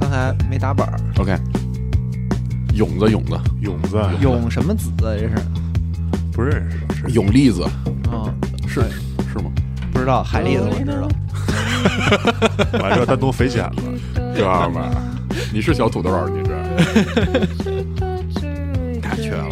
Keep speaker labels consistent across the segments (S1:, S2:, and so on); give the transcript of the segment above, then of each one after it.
S1: 才没打板儿，
S2: OK，勇子勇子
S3: 勇子
S1: 永什么子啊这是？
S3: 不认识，是
S2: 勇栗子
S1: 啊，
S2: 是
S3: 哎
S2: 是吗？
S1: 不知道海蛎子我知道，
S3: 我还知道单独匪浅了，
S2: 知道吧？你是小土豆儿，你 是太缺了。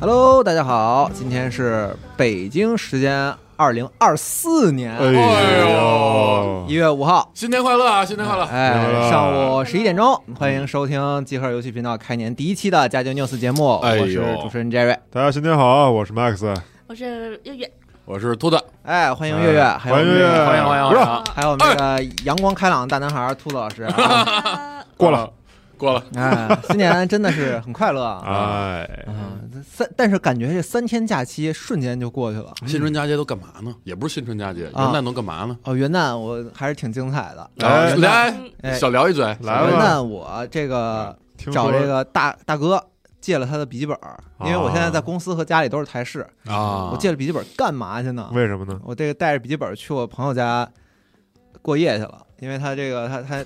S1: Hello，大家好，今天是北京时间二零二四
S3: 哎
S1: 年
S2: 呦
S1: 一月五号，
S2: 新年快乐啊！新年快乐！
S1: 哎，
S3: 哎
S1: 上午十一点钟，欢迎收听集合游戏频道开年第一期的家庭 news 节目，
S2: 哎呦
S1: 我是主持人 Jerry，
S3: 大家新年好，我是 Max，
S4: 我是月月，
S2: 我是秃子，
S1: 哎，欢迎月月，
S3: 哎
S1: 还有
S3: 欢迎月月
S1: 那个
S3: 欢迎欢
S2: 迎欢迎！
S1: 还有那个阳光开朗的大男孩兔子老师，啊
S3: 哎过了，
S2: 过了。
S1: 哎，新年真的是很快乐啊！
S3: 哎，
S1: 啊，这三但是感觉这三天假期瞬间就过去了。
S2: 新春佳节都干嘛呢？也不是新春佳节，元
S1: 啊
S2: 旦能干嘛呢？啊
S1: 哦，元旦我还是挺精彩的。
S3: 哎
S2: 来，
S1: 哎
S2: 小聊一嘴，
S3: 来吧
S1: 元旦我这
S2: 嗯
S1: 个
S3: 听
S1: 找
S3: 说
S1: 这个大大哥借了他的笔记本儿，因为我现在
S2: 哦
S1: 在公司和家里都是台式，
S2: 啊！
S1: 我借了笔记本干嘛去呢？
S3: 为什么呢？
S1: 我这个带着笔记本去我朋友家过夜去了，因为他这个他他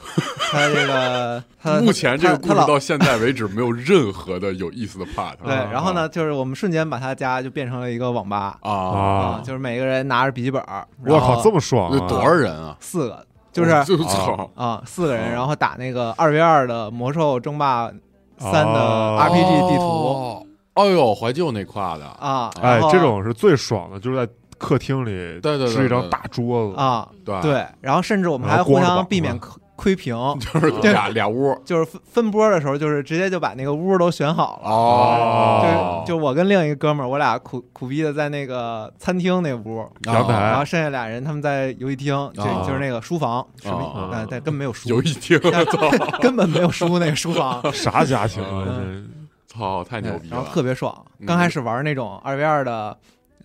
S1: 他这个他
S2: 目前这个
S1: 他
S2: 故事
S1: 他老
S2: 到啊现在为止没有任何的有意思的 part
S1: 对，然后呢，就是我们瞬间把他家就变成了一个网吧
S2: 啊，
S1: 啊
S3: 啊，，
S1: 就是每个人拿着笔记本儿，
S3: 我靠，这
S1: 么
S3: 么爽
S2: 那
S3: 啊！
S2: 多少人啊？
S1: 四个就是
S2: 就操
S1: 啊，四个人，
S2: 哦
S1: 然后打那个二 v 二的魔兽争霸三的
S3: 哦
S1: RPG 地图
S2: 哦哎呦，怀旧那块的，
S1: 啊，
S3: 哎
S1: 然后，
S3: 这种是最爽的，就是在客厅里
S2: 对对对
S3: 支一张
S2: 对
S3: 大桌子，
S1: 啊，
S2: 对，
S1: 对，然后甚至我们还
S3: 然后
S1: 互
S3: 光着膀
S1: 相
S3: 子
S1: 避免亏亏 平，
S2: 就是 俩俩屋
S1: 就是分分波的时候，就是直接就把那个屋都选好了。
S2: 哦，
S1: 就是就我跟另一个哥们儿，我俩苦苦逼的在那个餐厅那屋，
S3: 阳台
S2: 啊
S1: 然后剩下俩人他们在游戏厅，就
S2: 哦
S1: 就是那个书房，什么
S2: 哦
S1: 呃但根本没有书，
S2: 有一听，操
S1: 根本没有书那个书房，
S3: 啥家庭啊？
S1: 嗯
S2: 操，太牛逼
S1: 然后
S2: 了！
S1: 特别爽
S2: 嗯。
S1: 刚开始玩那种二 v 二的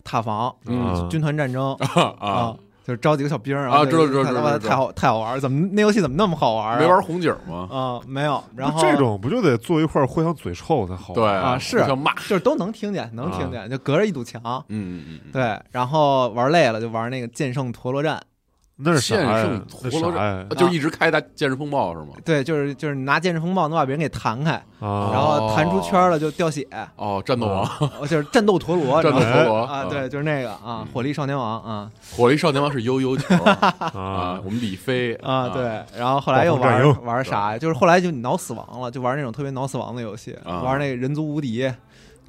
S1: 塔防，
S2: 嗯
S1: 军团战争
S2: 啊，，
S1: 就是招几个小兵儿，然
S2: 啊
S1: 后就
S2: 知道
S1: 看
S2: 知道知
S1: 他
S2: 道
S1: 妈
S2: 知道
S1: 太好太好玩儿，怎么那游戏怎么那么好玩儿啊？
S2: 没玩红警吗？
S1: 啊，没有。
S3: 这
S1: 然后
S3: 这种不就得坐一块儿互相嘴臭才好？
S2: 对，
S1: 啊是
S2: 互相骂，
S1: 就是都能听见，能听见，就隔着一堵墙。
S2: 啊嗯嗯嗯，
S1: 对，然后玩累了就玩那个剑圣陀螺战，
S3: 那是啥
S2: 剑
S3: 呀
S2: 圣？陀
S3: 那
S2: 螺
S3: 啥
S1: 嗯
S3: 呀？
S2: 就一直开大剑士风暴是吗？
S1: 对，就是就是拿剑圣风暴能把别人给弹开，
S3: 啊，
S1: 然后弹出圈儿了就掉 血，
S2: 哦，战斗王，
S1: 哦就是战斗陀螺，
S2: 战斗
S1: 然后
S2: 陀螺嗯
S1: 啊，对，，就是那个啊，火力少年王啊
S2: 火力少年王是悠 悠球啊
S3: 啊，
S2: 我们李飞
S1: 啊，对，然后后来又
S3: 暴风战
S1: 玩
S3: 鹰
S1: 玩啥呀？就是后来就挠死亡了，就玩那种特别挠死亡的游戏，
S2: 啊
S1: 玩那个人族无敌，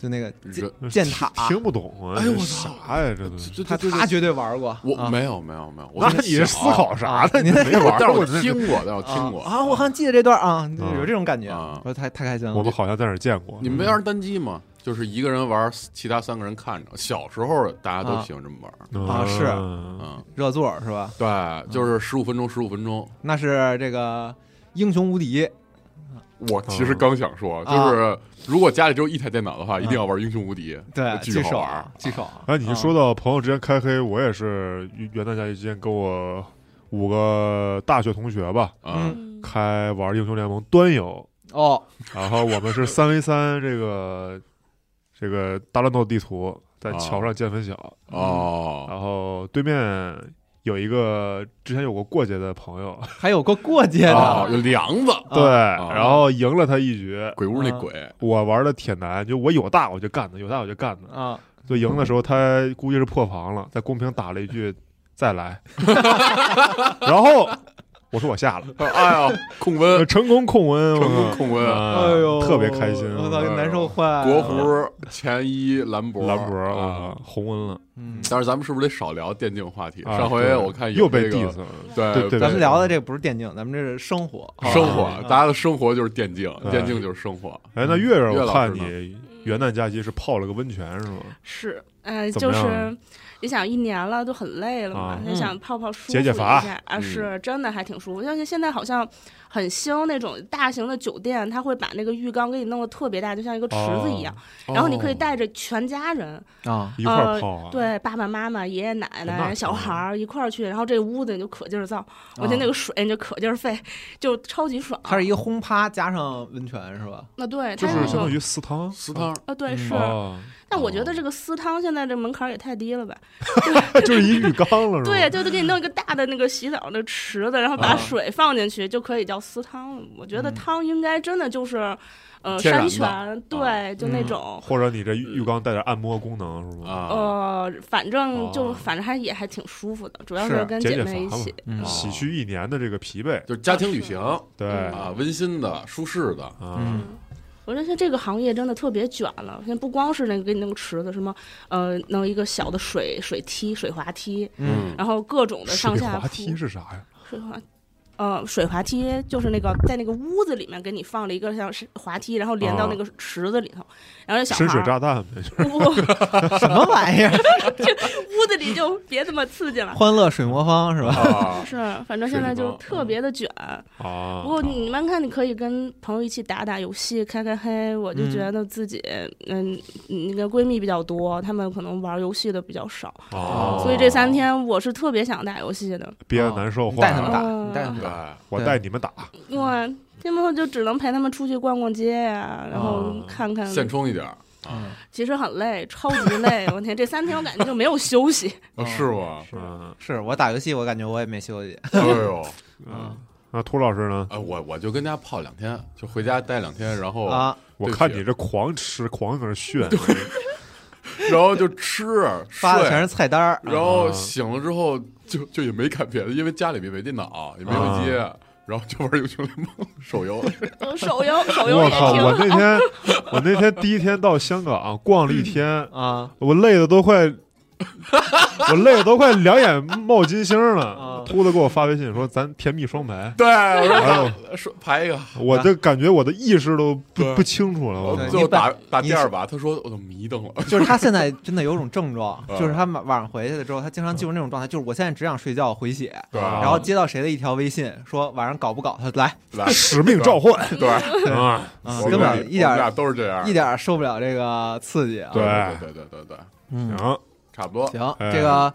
S1: 就那个剑
S2: 人
S1: 剑塔，
S3: 听不懂啊！
S2: 哎呦
S3: 这
S2: 我操
S3: 啥呀？这都是。
S2: 这
S1: 他
S2: 这这
S1: 他绝对玩过，
S2: 我
S1: 啊
S2: 没有没有没有，我
S3: 那
S2: 特别
S3: 你是
S2: 小
S3: 思考啥呢？
S1: 啊
S3: 你没玩
S2: 但是
S3: 过
S2: 我
S3: 这
S2: 听过，但我听过
S1: 啊，啊我好像记得这段啊，就
S3: 啊
S1: 有这种感觉，
S2: 啊
S1: 我太太开心了。
S3: 我们好像在哪儿见过。
S2: 你们没玩单机吗？就是一个人玩，其他三个人看着。小时候大家都喜欢这么玩，
S3: 嗯
S1: 啊是
S2: 嗯，
S1: 热座是吧？
S2: 对，就是十五分钟，十五分钟。
S1: 那是这个英雄无敌
S2: 我其
S3: 嗯
S2: 实刚想说，
S4: 啊
S2: 就是如果家里只有一台电脑的话，一定
S3: 嗯
S2: 要玩英雄无敌，
S1: 对，
S2: 呃巨
S1: 巨
S2: 好
S1: 爽
S2: 玩
S1: 啊，巨爽。
S3: 哎，你一说到朋友之间开黑，我也是元旦假期间跟我五个大学同学吧，
S2: 啊！
S4: 嗯，
S3: 开玩英雄联盟端游，
S1: 哦，
S3: 然后我们是三 v 三这个这个大乱斗地图，在桥上见分晓，
S2: 哦，
S3: 然后对面有一个之前有过过节的朋友，
S1: 还有个过节的，
S2: 哦，有梁子，
S3: 对，然后赢了他一局。
S2: 鬼屋那
S3: 嗯
S2: 鬼
S3: 我玩的铁男，就我有大我就干他，有大我就干他。
S1: 啊，
S3: 就赢的时候，他估计是破防了，在公屏打了一句“再来”， 然后我说我下了，
S2: 哎呦，控温，
S3: 成功控温，
S2: 成
S3: 我
S2: 功
S3: 靠
S2: 控温，
S3: 啊
S1: 哎呦，
S3: 特别开心，
S1: 我操
S2: 哎，呦
S1: 难受坏了。
S2: 国服前一兰博，
S3: 嗯兰博，我
S2: 啊。
S3: 靠红温了，
S1: 嗯，
S2: 但是咱们是不是得少聊电竞话题？
S3: 啊
S2: 上回
S3: 对
S2: 我看有
S3: 又
S2: 这
S3: 被
S2: 个
S3: diss 了，
S2: 对
S3: 对对嗯
S1: 咱们聊的这不是电竞，咱们这是生活，好吧
S2: 生活，
S1: 啊
S2: 大家的生活就是电竞，
S3: 对
S2: 电竞就是生活。
S3: 哎，那月
S2: 月
S3: 月，
S2: 老
S3: 我看
S2: 师呢
S3: 你元旦假期是泡了个温泉是吗？
S4: 是，呃，
S3: 怎么
S4: 就
S3: 样
S4: 是你想一年了都很累了嘛
S3: 啊，
S1: 嗯
S4: 就想泡泡舒服
S3: 解解
S4: 一
S3: 乏
S4: 下啊，
S2: 嗯
S4: 是真的还挺舒服。像是现在好像很兴那种大型的酒店，他会把那个浴缸给你弄得特别大，就像一个池子一样，然后你可以
S2: 哦
S4: 带着全家人，
S1: 啊，
S3: 一块儿泡哦啊，
S4: 呃对爸爸妈妈、爷爷奶
S3: 那
S4: 奶、
S3: 可
S4: 小孩儿一块儿去，然后这屋子你就可劲儿造，我觉
S1: 啊
S4: 得那个水你就可劲儿费，就超级爽。
S1: 它是一个轰趴加上温泉是吧？
S4: 那对，
S2: 就
S4: 它
S2: 是
S4: 那
S3: 相
S4: 个
S3: 当于私汤，
S2: 私汤，
S4: 啊，对
S1: 嗯
S4: 是，
S3: 啊，
S4: 但我觉
S3: 哦
S4: 得这个私汤现在这门槛儿也太低了吧？
S3: 就是一浴缸了，是吧？
S4: 对，啊就得给你弄一个大的那个洗澡的池子，然后
S1: 啊
S4: 把水放进去就可以叫私汤了。我觉得
S1: 嗯
S4: 汤应该真的就是，呃，
S2: 天然
S4: 山
S2: 的
S4: 泉，
S3: 啊
S4: 对，就那
S1: 嗯
S4: 种。
S3: 或者你这浴浴缸带点按摩功能是吗？
S2: 啊，
S4: 呃，反正就
S3: 哦啊
S4: 反正还也还挺舒服的，主要
S1: 是
S4: 跟
S3: 解
S4: 姐
S3: 解
S4: 妹一
S3: 乏嘛
S4: 起。
S1: 嗯
S3: 洗去一年的这个疲惫，
S2: 就是家庭旅行
S3: 对
S4: 嗯
S2: 啊，温馨的、舒适的，
S3: 啊，
S1: 嗯
S4: 嗯我觉得这个行业真的特别卷了，现在不光是那个给你弄池子，什么呃弄一个小的水水梯、水滑梯，
S1: 嗯，
S4: 然后各种的上
S3: 水
S4: 下
S3: 滑
S4: 铺
S3: 梯是啥呀？
S4: 水滑，呃，水滑梯就是那个在那个屋子里面给你放了一个像是滑梯，然后连到那个池子里头，然后这小
S3: 深
S4: 孩
S3: 水
S4: 儿
S3: 炸弹呗，就是
S4: 屋屋
S1: 什么玩意儿？
S4: 子里就别这么刺激了。
S1: 欢乐水魔方是吧？
S2: 啊，
S4: 是，反正现
S2: 水里
S4: 在就
S2: 头
S4: 特别的卷。
S3: 啊。
S4: 不过你们看，你可以跟朋友一起打打游戏、开开黑。我就
S1: 嗯
S4: 觉得自己，嗯，那个闺蜜比较多，她们可能玩游戏的比较少，
S3: 啊，
S1: 哦
S4: 所以这三天我是特别想打游戏的。
S3: 憋得难受
S1: 你带他
S3: 坏
S1: 们
S3: 了，
S1: 打，你带他们
S2: 对
S1: 打，，
S3: 我带你们打，
S4: 我这么后就只能陪他们出去逛逛街呀、然后
S3: 哦
S4: 看看
S2: 现充一点儿
S1: 嗯
S4: 其实很累，超级累。我天，这三天我感觉就没有休息。
S2: 啊，
S1: 嗯
S2: 是吗？
S3: 嗯
S1: 是我打游戏，我感觉我也没休息。
S2: 哎呦，
S3: 嗯。那涂老师呢？
S2: 哎，我我就跟家泡两天，就回家待两天，然后
S1: 啊，
S3: 我
S2: 对不
S3: 看
S2: 起
S3: 你这狂吃，狂在那炫，
S2: 然后就吃
S1: 发的全是
S2: 睡，
S1: 菜单儿，
S2: 然后醒了之后就就也没干别的，因为家里面没电脑，也没游戏，然后就玩英雄联盟手游。
S4: 呃 手游，手游
S3: 我
S4: 也
S3: 靠！我
S4: 挺
S3: 那天，我那天第一天到香港、逛了一天，
S1: 啊
S3: 我累的都快，我累的都快两眼冒金星
S1: 啊
S3: 了。秃子给我发微信说：“咱甜蜜双排。
S2: 对，我说
S3: 哎呦
S2: 打说排一个，”
S3: 我就感觉我的意识都不
S2: 对
S3: 不清楚了。我
S1: 对
S2: 最后
S1: 你本
S2: 打打
S1: 你
S2: 第二把，他说我都迷瞪了，
S1: 啊就是他现在真的有种症 状，
S2: 嗯
S1: 就是他晚晚上回去了之后，他经常进入那种状态，就是我现在只想睡觉回血，
S2: 对
S3: 啊
S1: 然后接到谁的一条微信说晚上搞不搞，他就来，
S2: 来
S3: 使命召唤
S2: 对，
S3: 啊！
S1: 啊
S2: 我们
S1: 根
S2: 俩
S1: 本一
S2: 我们俩
S1: 点
S2: 都是这样，
S1: 一点受不了这个刺激啊。
S3: 对
S2: 对对对对对，
S1: 嗯，
S3: 行，
S2: 差不多。
S1: 行，
S3: 哎
S1: 这个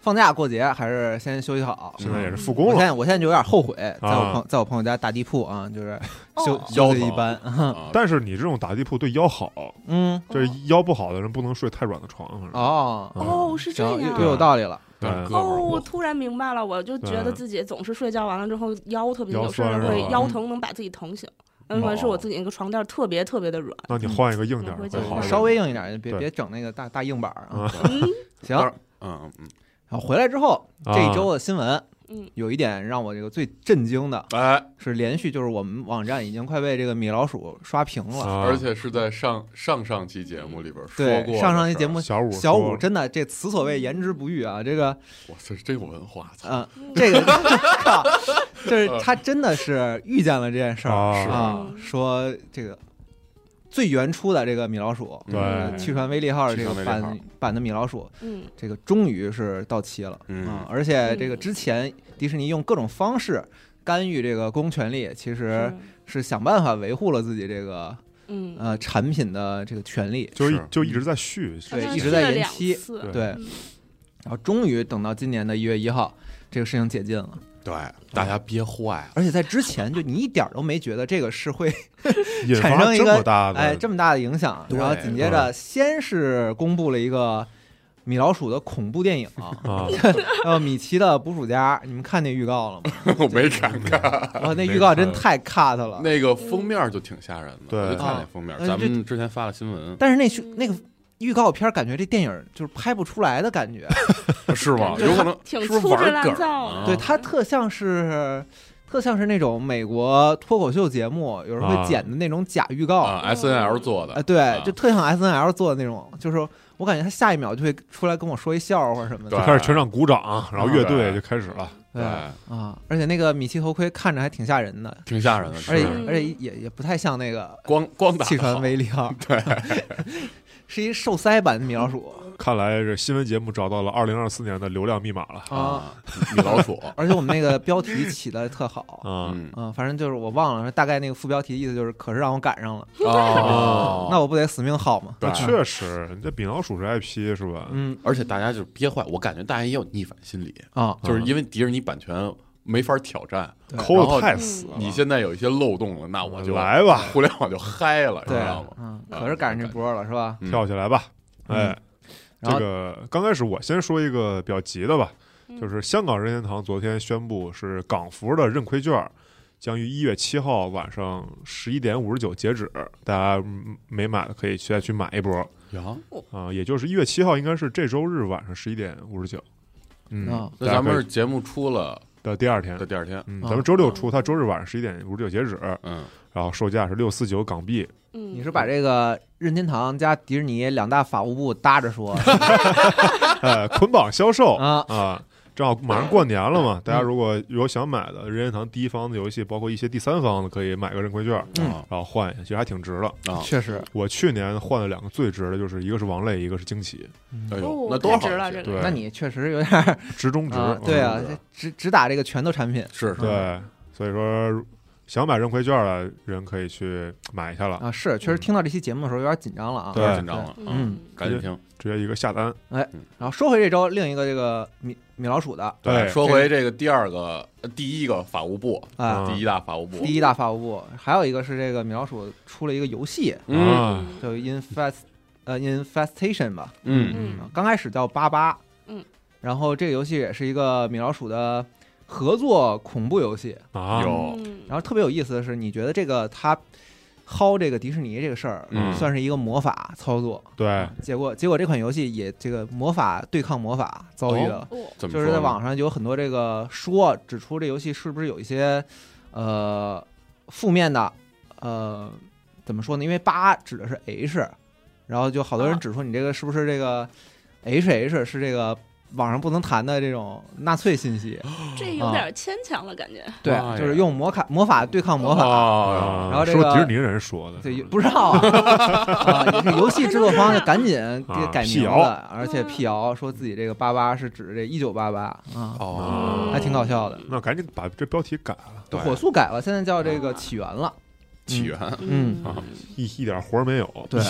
S1: 放假过节还是先休息好。
S3: 现在也是复
S1: 我
S3: 工
S1: 现
S3: 了，啊
S1: 在我现在就有点后悔，在我朋在我朋友家大地铺啊，就是休
S4: 哦
S1: 休息
S2: 腰疼
S1: 一般，
S2: 啊
S3: 但是你这种打地铺对腰好，
S1: 嗯，
S3: 就是腰不好的人不能睡太软的床。反正
S1: 哦，
S4: 哦，是这
S1: 行，
S4: 样
S1: 又
S4: 啊。
S1: 又有嗯道理了，
S3: 对
S2: 但是哥们
S4: 哦，
S2: 儿
S4: 我
S2: 我
S4: 突然明白了，我就觉得
S3: 对
S4: 自己总是睡觉完了之后腰特别
S3: 腰
S4: 有事儿
S3: 酸是
S4: 会
S3: 吧
S1: 嗯
S4: 腰疼，能把自己疼醒。那可能是
S1: 哦
S4: 我自己那个床垫特别特别 的软。
S3: 那你换一个硬点
S4: 嗯
S3: 儿会好一点。
S1: 稍微硬一点，别
S3: 对
S1: 别整那个大大硬板儿啊
S3: 嗯。
S4: 嗯
S1: 行，
S2: 当然嗯嗯，
S1: 然后回来之后，
S3: 啊
S1: 这一周的新闻
S4: 嗯，
S1: 有一点让我这个最震惊的
S2: 嗯哎，
S1: 是，连续就是我们网站已经快被这个米老鼠刷屏了。
S3: 啊
S2: 而且是在上上上期节目里边说过的
S1: 对，
S2: 事儿，
S1: 上上期节目
S3: 小五
S1: 小五
S3: 说
S1: 真的这此所谓言之不喻啊，这个
S2: 哇塞，真有文化，操！
S1: 嗯，这个 靠，就是他真的是遇见了这件事儿
S3: 嗯啊
S1: 啊，说这个最原初的这个米老鼠，
S2: 嗯
S1: 呃
S3: 对
S1: 汽船威利号这个
S2: 汽船威
S1: 版
S2: 利
S1: 版的米老鼠，
S4: 嗯
S1: 这个终于是到期了
S2: 嗯
S1: 啊！而且这个之前迪士尼用各种方式干预这个公权力，其实
S4: 是
S1: 是想办法维护了自己这个
S4: 嗯，
S1: 呃产品的这个权利。
S3: 就是是就一直在续，
S1: 对
S4: 好像
S1: 一直
S4: 去
S1: 在
S4: 了
S1: 延
S4: 两
S1: 期
S4: 次
S3: 对
S1: 对，
S4: 嗯
S1: 然后终于等到今年的一月一号，这个事情解禁了。
S2: 对，大
S1: 嗯
S2: 家憋坏了。
S1: 而且在之前，就你一点儿都没觉得这个是会
S3: 引
S1: 产生
S3: 发
S1: 一
S3: 这
S1: 个
S3: 么大的
S1: 哎这么大的影响，
S2: 啊对嗯
S1: 然后紧接着先是公布了一个米老鼠的恐怖 电影，
S3: 啊，
S1: 还有米奇的捕鼠夹，你们看那预告 了吗？
S2: 我没敢看，
S1: 哇，那预告真太 cut 了。
S2: 那个封面就挺吓人的，
S3: 对
S2: 我就看那封面
S1: 啊。
S2: 咱们之前发了新闻，
S1: 但是那那个
S4: 嗯
S1: 预告片儿感觉这电影就是拍不出来的感 觉，
S2: 是吗？
S4: 对
S2: 啊有可能
S4: 挺
S2: 是不是
S4: 粗制
S2: 玩
S4: 滥
S2: 梗儿啊
S4: 造
S2: 呢
S4: 的
S1: 对它特像是。特像是那种美国脱口秀节目，有时候
S3: 啊
S1: 会剪的那种假预告
S2: 啊，S N L 做的
S1: 啊，对
S2: 啊，
S1: 就特像 S N L 做的那种，就是我感觉他下一秒就会出来跟我说一笑话什么的
S3: 就
S2: 对，
S3: 开始全场鼓掌，然后乐队
S2: 对
S3: 就开始了，
S2: 对，
S1: 啊，而且那个米奇头盔看着还挺吓人的，
S2: 哎挺吓人的，
S1: 而且
S2: 是
S1: 而且也也不太像那个
S2: 光光打
S1: 汽船
S2: 好
S1: 威利号，对， 是一瘦腮版的米老鼠
S3: 看来这新闻节目找到了二零二四年的流量密码了
S1: 啊，
S2: 米 老鼠，
S1: 而且我们那个标题起的特好。
S3: 啊！
S2: 嗯
S1: 嗯，反正就是我忘了，大概那个副标题意思就是，可是让我赶上了，
S2: 哦，
S1: 那我不得死命薅吗？
S3: 那
S2: 对
S3: 确实，你这米老鼠是 IP 是吧？
S1: 嗯
S2: 而且大家就是憋坏，我感觉大家也有逆反心理，
S1: 啊，
S2: 就是因为迪士尼版权没法挑战，
S1: 对
S3: 抠的太死
S4: 然
S3: 了。
S2: 你现在有一些漏洞了，那我就
S3: 来吧，
S2: 互联网就嗨了，你
S1: 对
S2: 知道吗，？
S1: 嗯，可是赶上这波了是吧？
S2: 嗯
S3: 跳起来吧！哎，
S1: 然后
S3: 这个刚开始我先说一个比较急的吧，
S4: 嗯
S3: 就是香港任天堂昨天宣布是港服的认亏券将于一月七号晚上十一点五十九截止，大家嗯没买的可以现在去买一波
S2: 呀，
S3: 啊、也就是一月七号应该是这周日晚上十一点五十九，嗯
S1: 啊，
S2: 那咱们是节目出了
S3: 的第二天
S2: 的，第二天，
S3: 嗯，
S1: 啊
S3: 咱们周六出，它周日晚上十一点五十九截止，
S2: 嗯，
S3: 然后售价是六四九港币，
S4: 嗯，
S1: 你是把这个任天堂加迪士尼两大法务部搭着说
S3: 呃，捆绑销 售
S1: 啊？
S3: 啊，正好马上过年了嘛，
S1: 嗯
S3: 大家如果有想买的任天堂第一方的游戏，包括一些第三方的，可以买个认亏券，
S1: 嗯
S2: 啊
S3: 然后换一下，其实还挺值的。
S2: 啊，
S1: 确实，
S3: 我去年换了两个最值的，就是一个是王类，一个是惊奇，
S2: 哎
S4: 哦
S2: 呦，那多
S4: 太值
S2: 好
S4: 了
S2: 一些，
S4: 这个
S3: 对，
S1: 那你确实有点儿
S3: 直中直
S1: 啊，，对啊嗯
S3: 嗯，
S1: 这只只打这个拳头产品
S2: 是是，
S3: 对，所以说想买认亏券的人可以去买一下了，
S1: 啊，是确实
S3: 嗯
S1: 听到这期节目的时候有点紧张了啊。
S3: 对
S2: 有点紧张了，啊，
S1: 嗯
S2: 赶紧听，
S3: 直接一个下单。
S1: 然后说回这周另一个这个米米老鼠的
S3: 对
S2: 说回这个第二个、呃第一个法务部，
S1: 啊，
S3: 嗯
S2: 第一大法务部，
S1: 第一大法务部，还有一个是这个米老鼠出了一个游戏，
S2: 嗯
S3: 啊，
S1: 叫 Infest 呃 Infestation 吧，啊
S2: 嗯
S4: 嗯
S1: 刚开始叫八八，
S4: 嗯，
S1: 然后这个游戏也是一个米老鼠的合作恐怖游戏，
S3: 啊，
S2: 有
S4: 嗯
S1: 然后特别有意思的是，你觉得这个他薅这个迪士尼这个事儿，
S2: 嗯
S1: 算是一个魔法操作，
S3: 对，
S1: 结果结果这款游戏也这个魔法对抗魔法遭遇了，
S4: 哦
S2: 怎么
S1: 就是
S2: 说
S1: 在
S2: 呢
S1: 网上有很多这个说指出这游戏是不是有一些呃负面的呃怎么说呢？因为八指的是 H，然后就好多人
S4: 啊
S1: 指出你这个是不是这个 H H 是这个网上不能谈的这种纳粹信息？
S4: 这
S1: 啊
S4: 有点牵强了，感觉
S1: 对
S2: 妈，呀
S1: 就是用魔卡魔法对抗魔法。
S2: 啊，
S3: 啊
S1: 然后这
S3: 说
S1: 个
S3: 迪士尼人说
S2: 嗯
S3: 的，
S1: 对，不知道 啊，啊这游戏制作方就赶紧
S2: 啊
S1: 给改名字，而且辟谣说自己这个八八是指这一九八八啊，
S2: 哦，
S4: 嗯
S3: 啊，
S1: 还挺搞笑的。
S3: 那赶紧把这标题改了，
S2: 对
S1: 火速改了，现在叫这个起源了。
S2: 起源，
S1: 嗯
S2: 啊
S3: 一一点活儿没有，
S1: 对，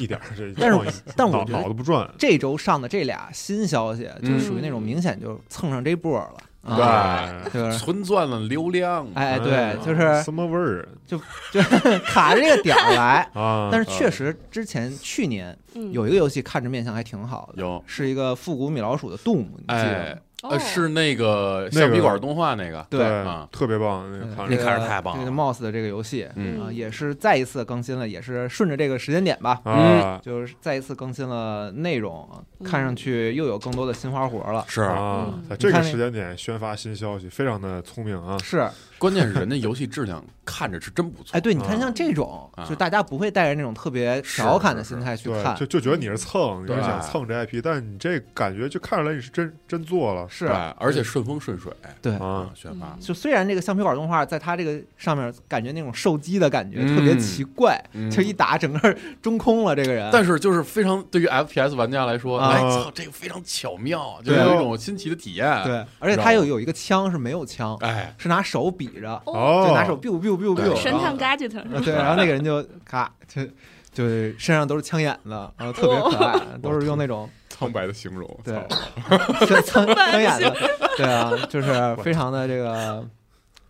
S3: 一点儿这，
S1: 但是我但
S3: 脑
S1: 我觉
S3: 脑
S1: 得
S3: 子不转，
S1: 这周上的这俩新消息，就
S2: 嗯
S1: 属于那种明显就蹭上这波了，
S2: 对嗯
S1: 啊，
S3: 哎
S1: 就是
S2: 纯赚了流量，
S1: 哎
S3: 哎
S1: 对，就是
S3: 什么味儿
S1: 就是 卡着这个点儿来。
S2: 嗯
S3: 啊？
S1: 但是确实，之前去年
S4: 嗯
S1: 有一个游戏看着面相还挺好的，
S2: 有，
S1: 是一个复古米老鼠的 Doom，你记得
S2: 哎
S1: 吗？，
S4: 哦
S2: 呃，是那个
S3: 那个
S2: 橡皮管动画那个，
S3: 对
S1: 对，
S2: 啊
S3: 特别棒，那个
S1: 嗯
S3: 看
S2: 那
S1: 这
S3: 着
S1: 个
S2: 看着太棒了
S1: 这个 Moss 的这个游戏
S2: 嗯
S1: 啊，也是再一次更新了，也是顺着这个时间点吧，
S3: 啊
S1: 就是再一次更新了内容，
S4: 嗯
S1: 看上去又有更多的新花活了。
S2: 是，
S3: 啊，在这个时间点宣发新消息，非常的聪明啊！
S1: 是，
S2: 关键是人家游戏质量看着是真不错
S1: 哎，，对，你
S3: 啊
S1: 看像这种
S2: 啊，
S1: 就大家不会带着那种特别调侃的心态去
S3: 对，
S1: 看
S3: 就，就觉得你是蹭，你
S2: 对
S3: 是想蹭这 IP，但你这感觉就看出来你是真真做了
S1: 是
S2: 对，而且顺风顺水
S1: 对。
S3: 啊，
S2: 宣
S4: 嗯
S2: 发，
S1: 就虽然这个橡皮管动画在它这个上面感觉那种受击的感觉
S2: 嗯
S1: 特别奇怪，
S2: 嗯
S1: 就一打整个中空了这个人，
S2: 但是就是非常对于 FPS 玩家来说，
S1: 啊
S2: 哎操，这个非常巧妙，就
S1: 对
S2: 有一种新奇的体验。，
S1: 对，哦而且
S2: 然
S1: 他
S2: 后
S1: 又有一个枪是没有枪，
S2: 哎，
S1: 是拿手比着，
S3: 哦，
S1: 就哦拿手 biu biu biu
S2: 对
S1: biu，
S2: 是
S4: 神探 gadget 是吧
S1: 啊，对，然后那个人就咔，就就身上都是枪眼子，然后特别可
S4: 哦
S1: 爱，都是用那种
S2: 苍白的形容，
S1: 对
S2: 操
S1: 枪枪枪眼子，对 啊，就是非常的这个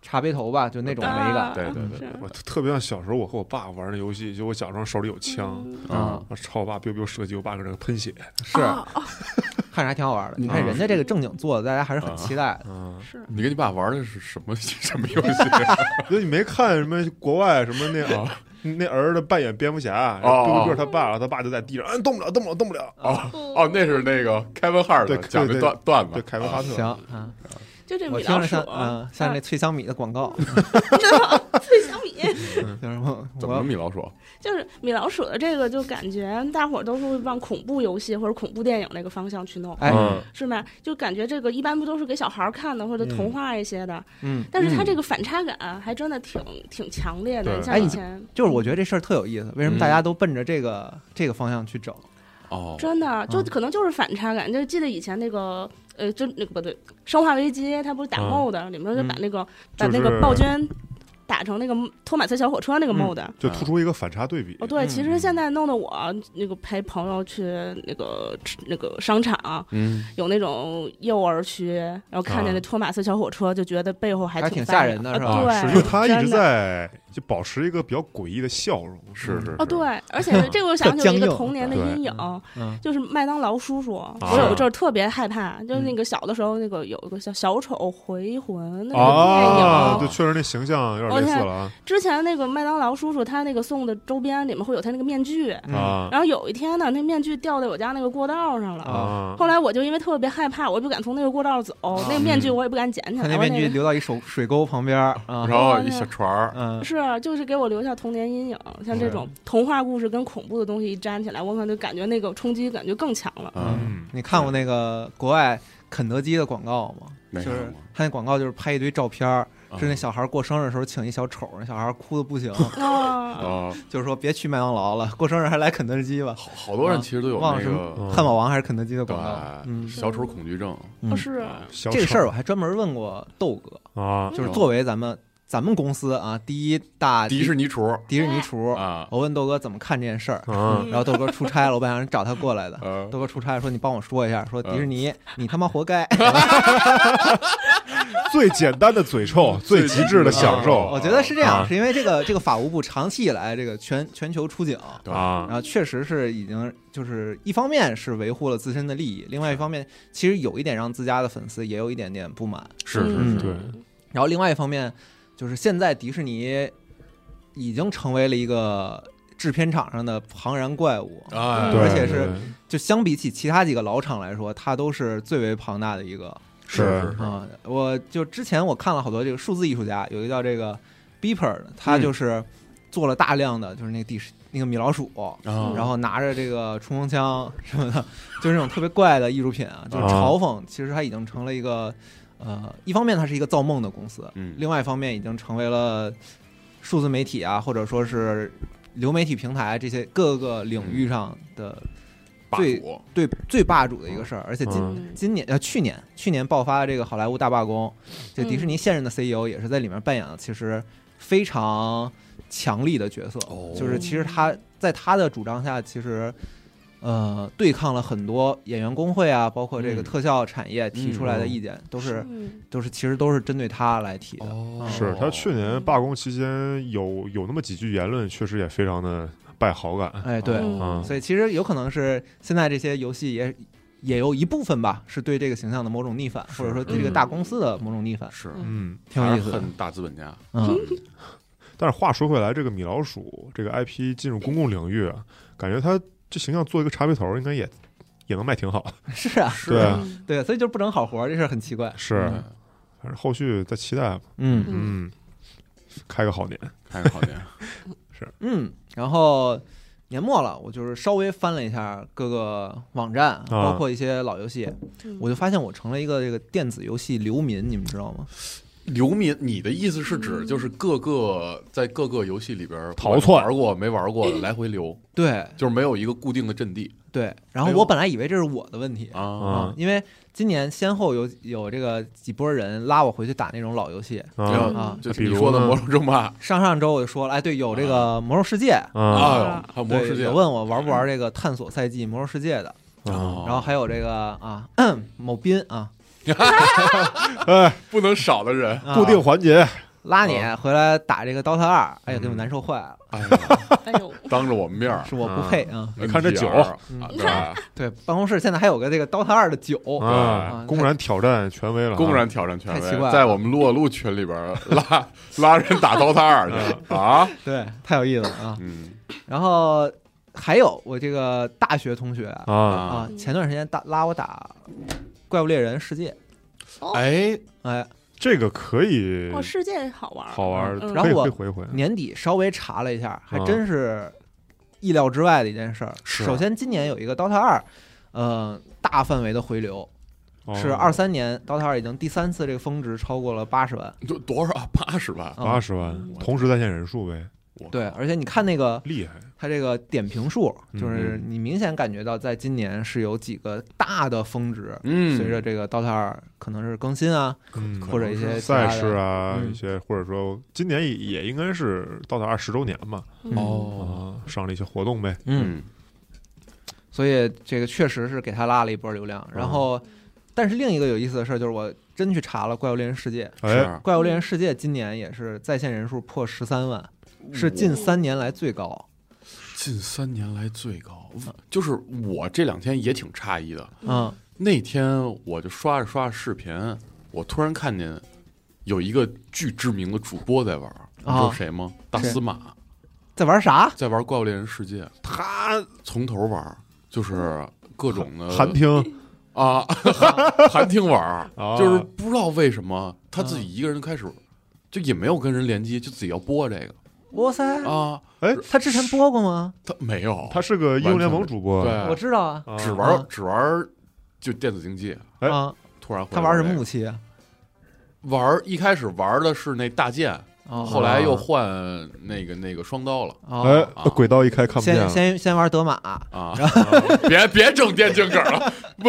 S1: 茶杯头吧，就那种美感
S4: 啊
S2: 对对对
S4: 是
S3: 我特特别像小时候我和我爸玩那游戏，就我假装手里有枪，
S4: 嗯
S1: 啊，
S3: 我朝我爸 biu biu 射击，我爸搁那喷血，
S1: 是
S4: 啊啊
S1: 看着还挺好玩的。你
S2: 嗯啊
S1: 看人家这个正经做的，大家还是很期待的。
S3: 嗯，
S4: 是
S2: 你跟你爸玩的是什么什么游戏？
S3: 就你没看什么国外什么那
S2: 啊
S3: 那儿子扮演蝙蝠侠，
S2: 哦
S3: 然后 biu biu 他爸，然后他爸就在地上，嗯，动不了，动不了，动不了，
S2: 哦哦哦，那是那个凯文哈尔
S3: 对
S2: 的讲的
S3: 对
S2: 段段子
S3: 对，，凯文哈特，
S1: 行啊，
S4: 就这
S1: 我
S4: 米
S1: 听
S4: 老
S1: 着
S4: 鼠啊
S1: 像， 嗯像这脆香米的广告，
S4: 脆小米，
S1: 叫什么？
S2: 嗯怎
S1: 我
S2: 么了米老鼠？
S4: 就是米老鼠的这个，就感觉大伙儿都是会往恐怖游戏或者恐怖电影那个方向去弄，
S1: 哎
S3: 嗯
S4: 是吧？就感觉这个一般不都是给小孩儿看的或者童话一些的，
S1: 嗯，
S4: 但是它
S2: 嗯
S4: 这个反差感还真的挺挺强烈的。
S3: 对
S4: 你
S1: 哎
S4: 像
S1: 你
S4: 以前
S1: 就是我觉得这事儿特有意思，为什么大
S2: 嗯
S1: 家都奔着这个这个方向去整？
S2: 哦，
S4: 真的就
S1: 嗯
S4: 可能就是反差感，就记得以前那个。呃，就那个不对，《生化危机》它不是打
S3: 嗯
S4: mod，、里面就把
S1: 嗯
S4: 那个、把
S3: 就
S4: 那个暴
S3: 是
S4: 君打成那个托马斯小火车那个
S1: 嗯
S4: mod，、
S3: 就突出一个反差对比
S4: 哦，，对，其
S2: 嗯
S4: 实现在弄得我那个陪朋友去那个吃那个商场，
S2: 嗯，
S4: 有那种幼儿区，然后看见
S3: 啊
S4: 那托马斯小火车，就觉得背后还
S1: 还
S4: 挺
S1: 挺
S4: 发
S1: 吓人的
S4: 的，
S1: 是吧
S4: 啊
S3: 啊，是
S4: 对，
S3: 因为他一直
S4: 真的。
S3: 在就保持一个比较诡异的笑容，
S2: 是是
S4: 哦，
S2: 是，
S4: 对，而且
S3: 嗯
S4: 这个我想起
S1: 僵
S4: 有一个
S1: 硬
S4: 童年的
S3: 对
S4: 阴影
S1: 嗯，嗯，
S4: 就是麦当劳叔叔。我有一阵儿特别害怕，就是那个小的时候，那个有一个叫《小丑回魂》那
S3: 啊，
S4: 个电
S3: 对，
S4: 影，
S3: 确实那形象有点类似了啊
S4: 之前那个麦当劳叔叔他那个送的周边里面会有他那个面具，
S1: 嗯
S3: 啊
S4: 然后有一天呢，那面具掉在我家那个过道上了。
S3: 啊
S4: 后来我就因为特别害怕，我不敢从那个过道走，那个面具我也不敢捡起
S1: 他嗯
S4: 来。
S1: 那
S4: 我
S1: 面具
S4: 啊那
S1: 流到一手水沟旁边儿啊
S2: 然，后一小船儿，
S1: 嗯
S4: 个，是啊就是给我留下童年阴影。像这种童话故事跟恐怖的东西一粘起来，我可能就感觉那个冲击感就更强了。
S2: 嗯，
S3: 嗯
S1: 你看过那个国外肯德基的广告吗？
S2: 没
S1: 就
S2: 看
S1: 是
S2: 过
S1: 他那广告就是拍一堆照片儿，
S2: 嗯
S1: 是那小孩过生日的时候请一小丑，那小孩哭的不 行，
S4: 啊，
S2: 啊，
S1: 就是说别去麦当劳了，过生日还来肯德基吧。
S2: 好好多人其实都有
S1: 啊忘了
S2: 那
S1: 什
S2: 个
S1: 么嗯汉堡王还是肯德基的广告，
S2: 嗯对
S1: 嗯，
S2: 小丑恐惧症，
S1: 嗯
S4: 是
S2: 啊
S3: 小
S1: 这个
S3: 丑
S1: 事儿我还专门问过豆哥，
S3: 啊，
S1: 就是
S2: 嗯
S1: 作为咱们咱们公司啊第一大
S2: 迪士尼厨
S1: 迪士尼厨，
S2: 啊，
S1: 我问豆哥怎么看这件事儿，
S3: 啊
S4: 嗯
S1: 然后豆哥出差了，我本来想找他过来的，
S2: 呃
S1: 豆哥出差了说你帮我说一下，说
S2: 嗯
S1: 迪士尼你他妈活该，
S3: 最简单的嘴臭，最极致的享
S2: 啊
S3: 受
S1: 哦我觉得是这样，
S3: 啊
S1: 是因为这个这个法务部长期以来这个全全球出警，
S2: 对
S1: 然
S3: 啊
S1: 后确实是已经就是一方面是维护了自身的利益，另外一方面其实有一点让自家的粉丝也有一点点不满，
S2: 是是
S1: 嗯
S2: 是，
S3: 对
S1: 然后另外一方面就是现在迪士尼已经成为了一个制片厂上的庞然怪物，
S2: 哎，
S3: 对
S1: 而且
S3: 对
S1: 是
S3: 对
S1: 就相比起其他几个老厂来说，它都是最为庞大的一个。
S2: 是是是
S1: 啊、我就之前我看了好多这个数字艺术家，有一个叫这个 Beeper 的，他
S2: 嗯
S1: 就是做了大量的就是那个地那个米老鼠，
S2: 啊，
S1: 然后拿着这个冲锋枪什么的，就是那种特别怪的艺术品啊，就是嘲讽。其实它已经成了一个，呃，一方面它是一个造梦的公司，
S2: 嗯
S1: 另外一方面已经成为了数字媒体啊，或者说是流媒体平台这些各个领域上的
S2: 霸
S1: 最
S2: 主
S1: 对最霸主的一个事儿。而且今、
S3: 嗯
S1: 今年呃去年去年爆发的这个好莱坞大罢工，这迪士尼现任的 CEO 也是在里面扮演了其实非常强力的角色，
S2: 哦
S1: 就是其实他在他的主张下，其实呃对抗了很多演员工会啊，包括这个
S2: 嗯哦
S1: 特效产业提出来的意见，都是
S4: 嗯
S1: 都是其实都是针对他来提的。
S2: 哦
S3: 是他去年罢工期间有有那么几句言论，确实也非常的败好感
S1: 哎，对，
S4: 嗯
S3: 啊
S1: 所以其实有可能是现在这些游戏也。也有一部分吧，是对这个形象的某种逆反，或者说对这个
S2: 嗯
S1: 大公司的某种逆反，
S2: 是
S3: 嗯，
S1: 挺有意
S2: 还
S1: 思
S2: 是
S1: 的。
S2: 恨大资本家，啊
S1: 嗯，
S3: 但是话说回来，这个米老鼠这个 IP 进入公共领域，啊感觉它这形象做一个茶杯头，应该也也能卖挺好。
S1: 是啊，
S2: 是嗯
S3: 对啊，
S4: 嗯
S1: 对，所以就是不整好活儿，这事儿很奇怪。
S2: 对
S3: 是，反正后续再期待吧。
S1: 嗯
S3: 嗯，开个好年。
S2: 开个好店，
S1: 嗯，然后年末了，我就是稍微翻了一下各个网站，包括一些老游戏，
S4: 嗯
S1: 我就发现我成了一个这个电子游戏流民，你们知道吗？
S2: 流民，你的意思是指就是各个在各个游戏里边
S3: 逃窜
S2: 玩过没玩过的来回流，
S1: 对
S2: 就是没有一个固定的阵地
S1: 对，然后
S2: 哎呦
S1: 我本来以为这是我的问题。
S2: 啊
S1: 啊，因为今年先后有有这个几波人拉我回去打那种老游戏
S3: 啊
S4: 嗯
S1: 啊，
S2: 就
S3: 比
S2: 你
S3: 如
S2: 说的
S3: 呢
S2: 《魔兽争霸
S1: 上上周我就说了，哎，对，有这个《魔兽世界》，
S3: 啊
S2: 啊，还有《魔兽
S1: 对
S2: 世界
S1: 有》问我玩不玩这个探索赛季《魔兽世界》的，
S3: 啊！
S1: 然后还有这个啊 某斌啊，
S3: 哎，
S2: 不能少的人，
S1: 啊
S3: 固定环节，
S1: 拉你回来打这个 DOTA 二，哎呀，给我难受坏了，
S2: 哎呀，
S4: 哎呦，
S2: 当着我们面儿，
S1: 是我不配啊、
S3: 你看这酒
S2: NTR 啊
S1: 嗯
S2: 对吧？
S1: 对，办公室现在还有个这个 DOTA 二的酒，哦
S3: 啊，公然挑战权威了，啊
S2: 公然挑战权
S1: 太奇怪
S2: 威，
S1: 了
S2: 在我们撸啊撸群里边 儿拉拉人打 DOTA 二去
S1: 嗯
S2: 啊，
S1: 对，太有意思了啊。
S2: 嗯
S1: 然后还有我这个大学同学啊，
S3: 啊
S2: 啊
S1: 前段时间打拉我打《怪物猎人世界》
S4: 哦
S2: 哎，
S1: 哎，
S3: 这个可以
S4: 哦，世界好玩儿，
S3: 好玩儿，
S4: 嗯
S1: 然后
S3: 可以
S1: 我
S3: 可以回啊回
S1: 年底稍微查了一下，还
S3: 啊
S1: 真是意料之外的一件事儿。
S3: 是
S1: 首先今年有一个 DOTA 二，呃，大范围的回流，是
S3: 哦
S1: 二三年 DOTA 二已经第三次这个峰值超过了八十万。
S2: 多多少啊？八十万，
S1: 嗯
S3: 八十万
S4: 嗯
S3: 同时在线人数呗，
S1: 对，而且你看那个
S3: 厉害
S1: 它这个点评数，
S3: 嗯
S1: 就是你明显感觉到，在今年是有几个大的峰值，
S2: 嗯，
S1: 随着这个 DOTA 二可能是更新啊，
S3: 嗯
S1: 或者一些其他
S3: 赛
S1: 的
S3: 事啊，
S1: 嗯
S3: 一些或者说今年也也应该是到达二十周年嘛，
S4: 嗯
S2: 哦，
S3: 啊，上了一些活动呗，
S1: 嗯，所以这个确实是给它拉了一波流量。
S3: 哦
S1: 然后，但是另一个有意思的事儿就是，我真去查了《怪物猎人世界》，
S3: 哎，
S1: 《怪物猎人世界》今年也是在线人数破十三万，是近三年来最高。
S2: 近三年来最高。就是我这两天也挺诧异的，
S1: 嗯
S2: 那天我就刷着刷着视频，我突然看见有一个巨知名的主播在玩儿，你知
S1: 啊
S2: 道谁吗？大司马
S1: 在玩啥？
S2: 在玩《怪物猎人世界》，他从头玩儿，就是各种的
S3: 韩听
S2: 啊，韩听玩儿，
S3: 啊
S2: 就是不知道为什么他自己一个人开始，就也没有跟人联机，就自己要播这个
S1: 哇塞，
S2: 啊，
S1: 他之前播过吗？
S2: 他没有，
S3: 他是个英雄联盟主播，
S2: 对，
S1: 我知道啊。
S3: 啊
S2: 只玩儿
S1: 啊
S2: 只玩儿就电子竞技，
S3: 哎
S1: 啊，
S2: 突然回
S1: 他
S2: 来
S1: 玩什
S2: 这
S1: 么
S2: 个
S1: 武？器啊？
S2: 玩儿一开始玩的是那大剑，
S1: 哦
S2: 哎后来又换那个那个双刀了
S3: 哎
S1: 哦，，
S2: 啊
S3: 轨道一开看不见
S1: 先
S3: 了，
S1: 先先玩德玛，
S2: 啊！别别整电竞梗了，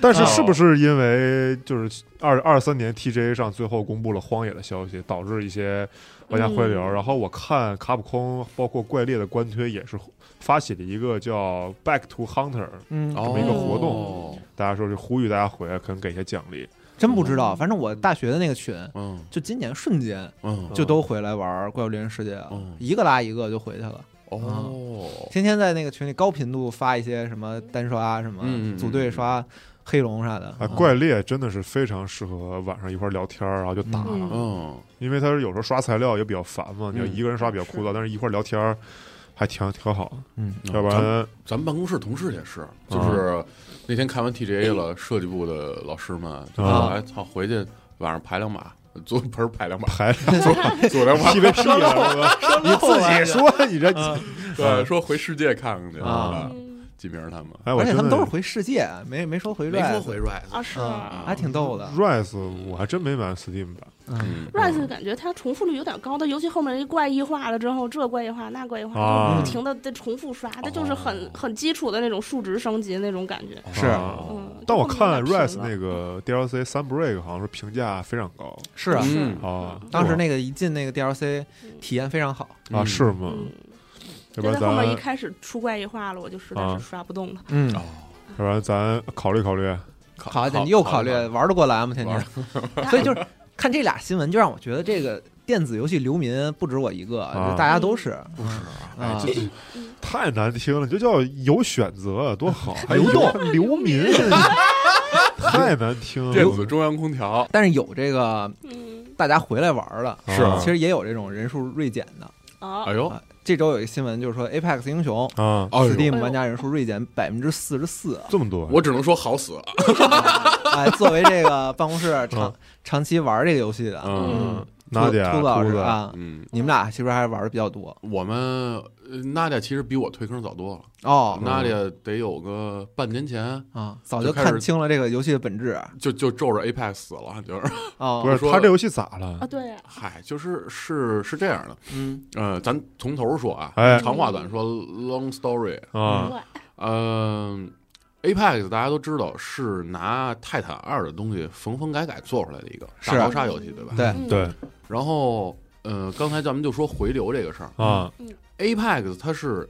S3: 但是是不是因为就是二二三年 TGA 上最后公布了荒野的消息，导致一些玩家回流？
S4: 嗯
S3: 然后我看卡普空包括怪猎的官推也是发起了一个叫 Back to Hunter，
S1: 嗯，
S2: 哦
S3: 么一
S4: 个活
S3: 动，大家说是呼吁大家回来，可能给一些奖励。
S1: 真不知道。反正我大学的那个群，
S2: 嗯
S1: 就今年瞬间
S2: 嗯
S1: 就都回来玩《怪物猎人世界》了
S2: 嗯，
S1: 一个拉一个就回去了，
S2: 哦，
S1: 天天在那个群里高频度发一些什么单刷、啊什
S2: 嗯嗯
S1: 么
S2: 嗯
S1: 组队刷黑龙啥的
S3: 啊，怪猎真的是非常适合晚上一块儿聊天儿，然后就打，
S4: 嗯
S2: 嗯，
S3: 因为它是有时候刷材料也比较烦嘛，你要
S2: 嗯
S3: 一个人刷比较枯燥，但是一块儿聊天儿还挺挺好的，
S1: 嗯，
S2: 嗯
S3: 要不
S2: 咱
S3: 然
S2: 咱们办公室同事也
S1: 啊
S2: 是，就是那天看完 TGA 了，设计部的老师们就说：“
S1: 啊
S2: 哎操，回去晚上排两把，昨不是排两 把，
S3: 排
S2: 左
S1: 嗯
S2: 两把。
S3: PVP 了，啊是吧 嗯你自己说你这，”
S2: 对，说回世界看看去
S1: 啊
S4: 嗯
S2: 季明他们
S3: 哎，我
S1: 而且
S3: 真
S1: 他
S3: 的
S1: 们都是回世界，没没说回
S2: 没
S1: r
S2: 说回 Rise，
S4: 啊是
S1: 嗯，还挺逗的。
S3: Rise，我还真没买 Steam 版，
S1: 嗯，
S2: 嗯
S4: Rise 感觉它重复率有点高，它尤其后面一怪异化了之后，这怪异化那怪异化，
S3: 啊
S4: 就不停的在重复刷，它就是很很基础的那种数值升级那种感觉。
S1: 哦是
S3: 啊
S4: 嗯，
S3: 但我
S4: 就不能
S3: 看
S4: 再拼
S3: Rise
S4: 了
S3: 那
S4: 嗯
S3: 个 DLC Sunbreak 好像是评价非常高
S1: 是啊，
S4: 是
S2: 嗯
S3: 啊，
S1: 当时那个一进那个 DLC，体验非常好。
S3: 啊
S2: 嗯
S3: 是吗？
S4: 嗯，
S3: 要不
S4: 就
S3: 然
S4: 在
S3: 咱
S4: 后面一
S3: 要
S4: 开始出怪异化了，我就实在
S3: 啊
S4: 是刷 不动了。
S1: 嗯，
S2: 哦，
S3: 不然咱考虑考虑，
S1: 好，你又考虑玩得过来啊吗？天
S2: 玩
S1: 天，所 以就是看这俩新闻，就让我觉得这个电子游戏流民不止我一个，
S3: 啊
S1: 就大家都是。
S2: 不是，
S1: 啊
S2: 哎，这
S3: 太难听了，你就叫有选择啊多好，还有
S1: 流
S3: 动流民，太难听 了，
S2: 电子中央空调
S1: 但是有这个
S4: 嗯，
S1: 大家回来玩了，
S3: 是
S1: 其实也有这种人数锐减的。
S4: 啊
S2: 哎，呦，
S1: 啊这周有一个新闻，就是说 Apex 英雄
S3: 啊，
S2: 哎呦
S1: Steam 玩家人数锐减百分之四十四。啊
S3: 这么多，
S2: 我只能说好死，
S1: 哎，作为这个办公室长长期玩这个游戏的，
S3: 嗯
S4: 嗯，
S3: 娜
S1: 兔
S3: 姐
S1: 兔子老师
S3: 子
S1: 啊，
S2: 嗯，
S1: 你们俩其实还是玩的比较多
S2: 我们娜姐其实比我退坑早多了，
S1: 哦。
S2: 娜姐得有个半年前
S1: 啊，早就看清了这个游戏的本质啊
S2: 就就咒着 Apex 死了，就是，
S1: 哦
S3: 不，是
S2: 说
S3: 他这游戏咋
S4: 啊
S3: 了？
S4: 对呀，
S2: 嗨，就是是是这样的，
S1: 嗯
S2: 呃，咱从头说啊，
S3: 哎
S2: 长话短说，long story，
S3: 啊
S4: 怪
S2: 嗯、a p e x 大家都知道是拿《泰坦二》的东西缝缝改改做出来的一个
S1: 是
S2: 大逃杀游戏，对吧？
S1: 对
S4: 嗯
S3: 啊对
S2: 然后，呃，刚才咱们就说回流这个事儿
S3: 啊，
S2: ，Apex E 它是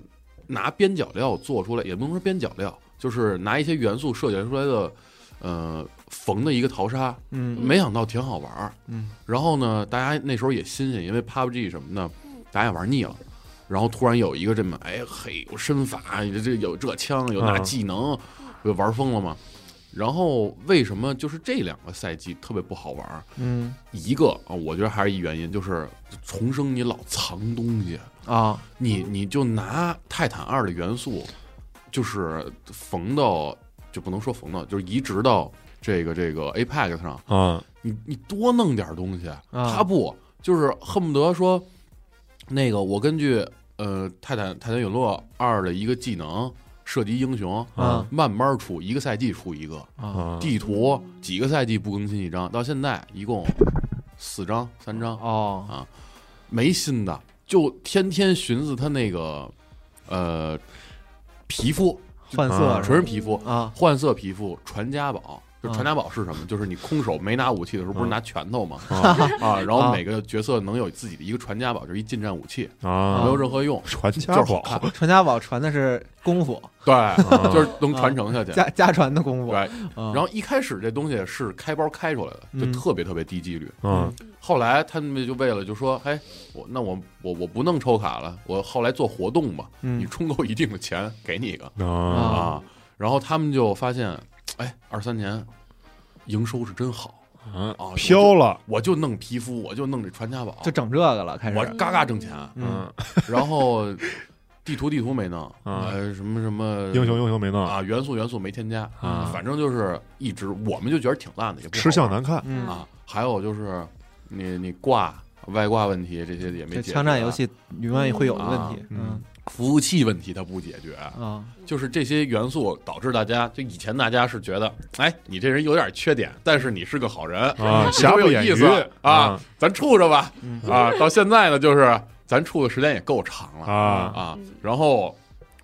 S2: 拿边角料做出来，也不能说边角料，就是拿一些元素设计出来的，呃，缝的一个逃杀，
S1: 嗯
S2: 没想到挺好玩儿。
S1: 嗯，
S2: 然后呢，大家那时候也新鲜，因为 PUBG 什么的
S4: 嗯，
S2: 大家也玩腻了。然后突然有一个这么，哎嘿，有身法，有这有这枪，有
S1: 啊
S2: 那
S3: 嗯
S2: 技能，就玩疯了嘛。然后为什么就是这两个赛季特别不好玩儿？
S1: 嗯
S2: 一个啊，我觉得还是一原因，就是重生你老藏东西，
S1: 啊，
S2: 你你就拿《泰坦二》的元素，就是缝到就不能说缝到，就是移植到这个这个 APEC 上，
S3: 啊
S2: 你你多弄点东西，他不就是恨不得说，那个我根据呃《泰坦泰坦陨落二》的一个技能射击英雄，
S1: 啊
S2: 慢慢出，一个赛季出一个
S1: 啊
S3: 啊
S2: 地图，几个赛季不更新一张，到现在一共四张三张，
S1: 哦
S2: 没新的，就天天寻思他那个呃皮肤，
S1: 换色
S3: 啊
S1: 是
S2: 纯是皮肤，
S1: 吧啊
S2: 换色皮肤传家宝。就
S1: 啊
S2: 传家宝是什么？就是你空手没拿武器的时候，不是
S3: 啊
S2: 拿拳头吗？
S3: 啊
S2: 啊，然后
S1: 啊
S2: 每个角色能有自己的一个传家宝，就是一近战武器，没
S3: 啊
S2: 有任何用，
S3: 传
S2: 就
S3: 家
S2: 是
S3: 宝
S2: 好看，
S1: 传家宝传的是功夫，
S2: 对，就是能传承下去。
S1: 家家传的功夫。嗯
S2: 对，
S1: 然
S2: 然后一开始这东西是开包开出来的，就
S1: 嗯
S2: 特别特别低几率。
S1: 啊
S3: 嗯
S2: 后来他们就为了就说，哎，我那我我我不弄抽卡了，我后来做活动吧，你
S1: 嗯
S2: 充够一定的钱给你一个
S3: 啊
S2: 啊。然后他们就发现，哎，二三年营收是真好，
S3: 啊
S2: 啊
S3: 飘了，
S2: 我就弄皮肤，我就弄这传家宝，
S1: 就整这个了，开
S2: 我
S1: 始
S2: 嘎嘎挣钱。
S1: 嗯
S3: 嗯
S2: 然后地图地图没弄，
S3: 啊
S2: 呃，什么什么
S3: 英雄英雄没弄，
S2: 啊，元素元素没添加，
S3: 啊
S2: 反正就是一直我们就觉得挺烂的，也不好
S3: 吃相难看，
S1: 嗯，
S2: 啊。还有就是你你挂外挂问题这些也
S1: 这
S2: 没解决，啊
S1: 枪战游戏永远会有的问题。
S3: 嗯
S1: 嗯
S2: 服务器问题它不解决，
S1: 啊
S2: 就是这些元素导致大家就以前大家是觉得，哎，你这人有点缺点，但是你是个好人，
S3: 啊，
S2: 你
S3: 瑕
S2: 都
S3: 不
S2: 有
S3: 掩
S2: 意
S3: 瑜
S2: 思啊，咱处着吧
S1: 嗯
S2: 啊。到现在呢，就是咱处的时间也够长了
S3: 啊
S2: 啊
S4: 嗯。
S2: 然后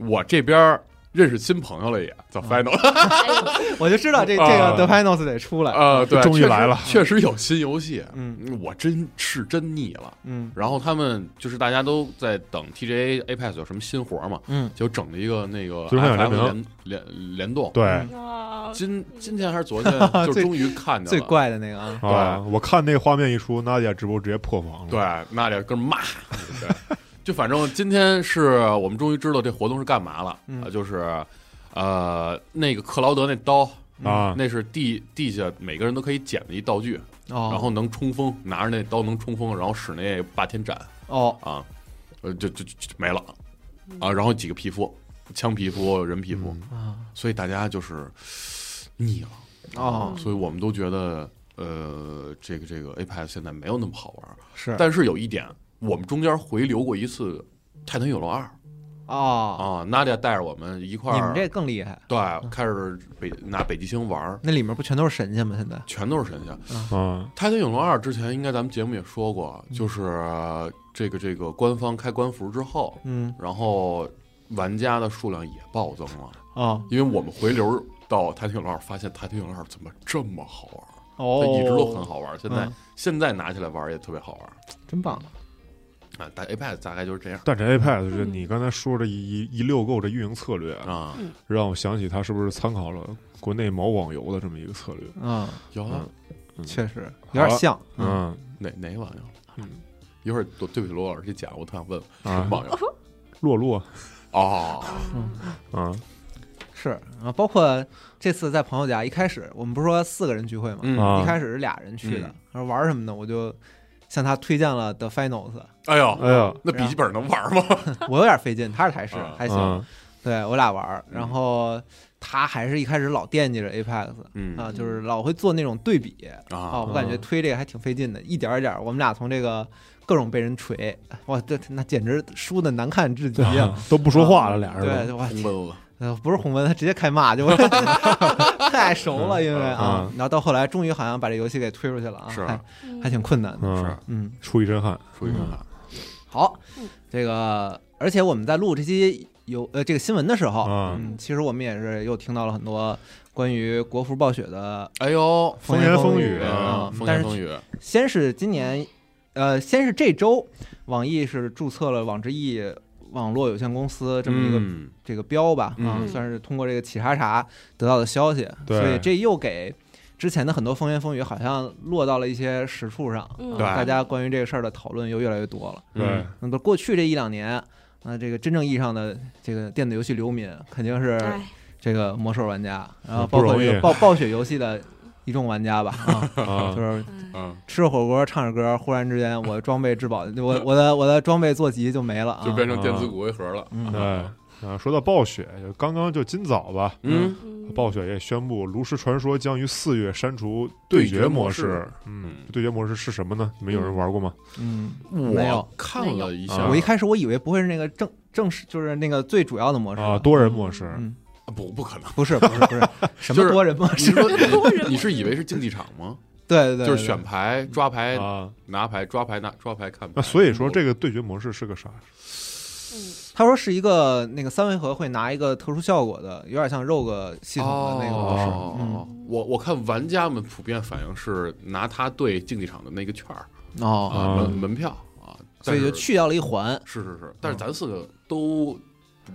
S2: 我这边儿认识新朋友了也，
S3: 啊
S2: 叫 Final
S4: 哎
S1: 我就知道这这
S2: 啊
S1: 个 The Finals 得出来。
S2: 啊，对，
S3: 终于
S2: 确实
S3: 来了
S2: 确实有新游戏，
S1: 嗯
S2: 我真是真腻了。
S1: 嗯
S2: 然后他们就是大家都在等 TGA Apex 有什么新活嘛，
S1: 嗯
S2: 就整了一个那个
S3: 最终幻想
S2: F
S3: 联
S2: F
S3: 盟
S2: 联联联动。
S3: 对
S1: 嗯
S4: 啊，
S2: 今今天还 是昨天，就
S1: 最
S2: 终于看见
S1: 最
S2: 了。
S1: 怪的那个啊，
S3: 啊，我看那画面一出，娜姐直播直接破防了，
S2: 对，那得跟 人骂。对，就反正今天是我们终于知道这活动是干嘛了，
S1: 嗯
S2: 啊就是呃，那个克劳德那刀，
S3: 啊，
S2: 那是地地下每个人都可以捡的一道具，
S1: 哦，
S2: 然后能冲锋，拿着那刀能冲锋，然后使那霸天斩
S1: 哦
S2: 啊，呃，就就就就没了啊，然后几个皮肤，枪皮肤、人皮肤，
S1: 嗯啊
S2: 所以大家就是腻了，
S1: 哦
S2: 啊所以我们都觉得呃，这个这个 Apex 现在没有那么好玩。
S1: 是
S2: 但是有一点，我们中间回流过一次《泰坦陨落二》
S1: 哦，
S2: 啊，娜姐带着我们一块
S1: 你们
S2: 儿，
S1: 这更厉害，
S2: 对，开始北拿北极星玩儿，
S1: 那里面不全都是神仙吗？现在
S2: 全都是神仙。《
S1: 嗯
S3: 啊
S2: 泰坦陨落二》之前应该咱们节目也说过，就是呃这个这个官方开官服之后，
S1: 嗯
S2: 然后玩家的数量也暴增了，
S1: 哦
S2: 因为我们回流到《泰坦陨落二》，发现《泰坦陨落二》怎么这么好玩儿？
S1: 哦
S2: 它，一直都很好玩儿，现在、
S1: 嗯
S2: 现在拿起来玩儿也特别好玩儿
S1: 真棒
S2: 啊！但 Apex 大概就是这样
S3: 但这 iPad 这你刚才说这一一一溜够这运营策略，
S1: 嗯
S2: 啊。
S3: 让我想起它是不是参考了国内某网游的这么一个策略？
S1: 嗯，
S2: 有啊，
S1: 确实有点像嗯
S3: 嗯
S2: 哪哪个网友？
S3: 嗯
S2: 一会儿对对不起罗老师讲，我特想问
S3: 啊，
S2: 网友
S3: 洛洛
S2: 哦，
S4: 嗯
S3: 啊
S1: 哦是啊，包括这次在朋友家一开始我们不是说四个人聚会吗？
S2: 嗯，
S3: 啊
S1: 一开始是俩人去的
S2: 嗯，
S1: 他说玩什么呢？我就向他推荐了 The Finals，
S2: 哎呦，
S3: 哎呀，
S2: 那笔记本能玩吗？
S1: 我有点费劲，他是台式
S2: 啊
S1: 还行，
S3: 啊
S1: 对我俩玩儿，
S2: 嗯
S1: 然后他还是一开始老惦记着 Apex
S2: 嗯
S1: 啊，就是老会做那种对比啊，
S2: 啊
S1: 我感觉推这个还挺费劲的，一点儿一点儿，我们俩从这个各种被人锤，哇，这那简直输的难看至极啊！
S3: 都不说话了，俩人嗯
S1: 对，哇，
S2: 红问问
S1: 呃，不是红文，他直接开骂，就 太熟了，因为啊
S3: 嗯，
S1: 然后到后来终于好像把这游戏给推出去了啊，
S2: 是
S1: 还还挺困难
S3: 都
S1: 的，
S3: 嗯
S2: 是啊
S1: 嗯，
S3: 出一身汗，
S2: 属于啥？
S1: 好
S4: 嗯，
S1: 这个而且我们在录这期有呃这个新闻的时候，
S3: 嗯
S1: 嗯，其实我们也是又听到了很多关于国服暴雪的
S2: 哎呦，
S3: 风言
S1: 风
S3: 风
S1: 语
S3: 语
S2: 啊
S1: 啊，
S2: 风
S1: 但
S2: 言
S1: 是
S2: 风语
S1: 先是今年，呃，先是这周，网易是注册了网之易网络有限公司这么一个、
S2: 嗯
S1: 这个标吧，啊，
S4: 嗯
S1: 算是通过这个企查查得到的消息，
S3: 对
S1: 所以这又给之前的很多风言风语好像落到了一些实处上，
S4: 嗯
S1: 啊
S4: 对
S1: 大家关于这个事儿的讨论又越来越多了。
S3: 对
S2: 嗯，
S1: 那么过去这一两年。啊、这个真正意义上的这个电子游戏流民，肯定是
S4: 哎，
S1: 这个魔兽玩家，然后
S3: 嗯
S1: 包
S3: 不
S1: 括
S3: 容
S1: 这个
S3: 易
S1: 暴暴雪游戏的一众玩 家吧，啊，
S3: 啊
S1: 就，是
S2: 嗯，
S1: 吃着火锅唱着歌，忽然之间我装备质保，我我的我的装备坐骑就没了啊，
S2: 就变成电子骨灰盒了。
S1: 嗯
S3: 对，啊，说到暴雪，就刚刚就今早吧，
S2: 嗯，
S4: 嗯
S3: 暴雪也宣布《炉石传说》将于四月删除
S2: 对决
S3: 决模
S2: 模
S3: 式
S2: 式。
S3: 嗯，对决模式是什么呢？你们有人玩过吗？
S1: 嗯，没有
S2: 我看了一下，
S3: 啊
S1: 我一开始我以为不会是那个正正式，就是那个最主要的模式
S3: 啊，多人模式
S1: 嗯，
S2: 不不可能，
S1: 不是不是不 是什
S2: 就
S1: 么
S2: 是
S1: 多人模
S2: 你
S1: 式
S2: 是，
S4: 多
S2: 说
S4: 人
S2: 你是以为是竞技场吗？
S1: 对对对，
S2: 就是选牌、抓牌、
S3: 啊，
S2: 拿牌、抓牌、拿抓牌、看牌。
S3: 那所以说
S2: 我
S3: 这个对决模式是个啥？
S4: 嗯
S1: 他说是一个那个三回合会拿一个特殊效果的，有点像 rogue 系统的那个模式。嗯
S2: 哦我我看玩家们普遍反应是拿它兑竞技场的那个券儿
S1: 嗯哦，
S2: 啊，
S3: 啊
S2: 门门票啊，
S1: 所以就
S2: 但是
S1: 去掉了一环。
S2: 是是是，但是咱四个都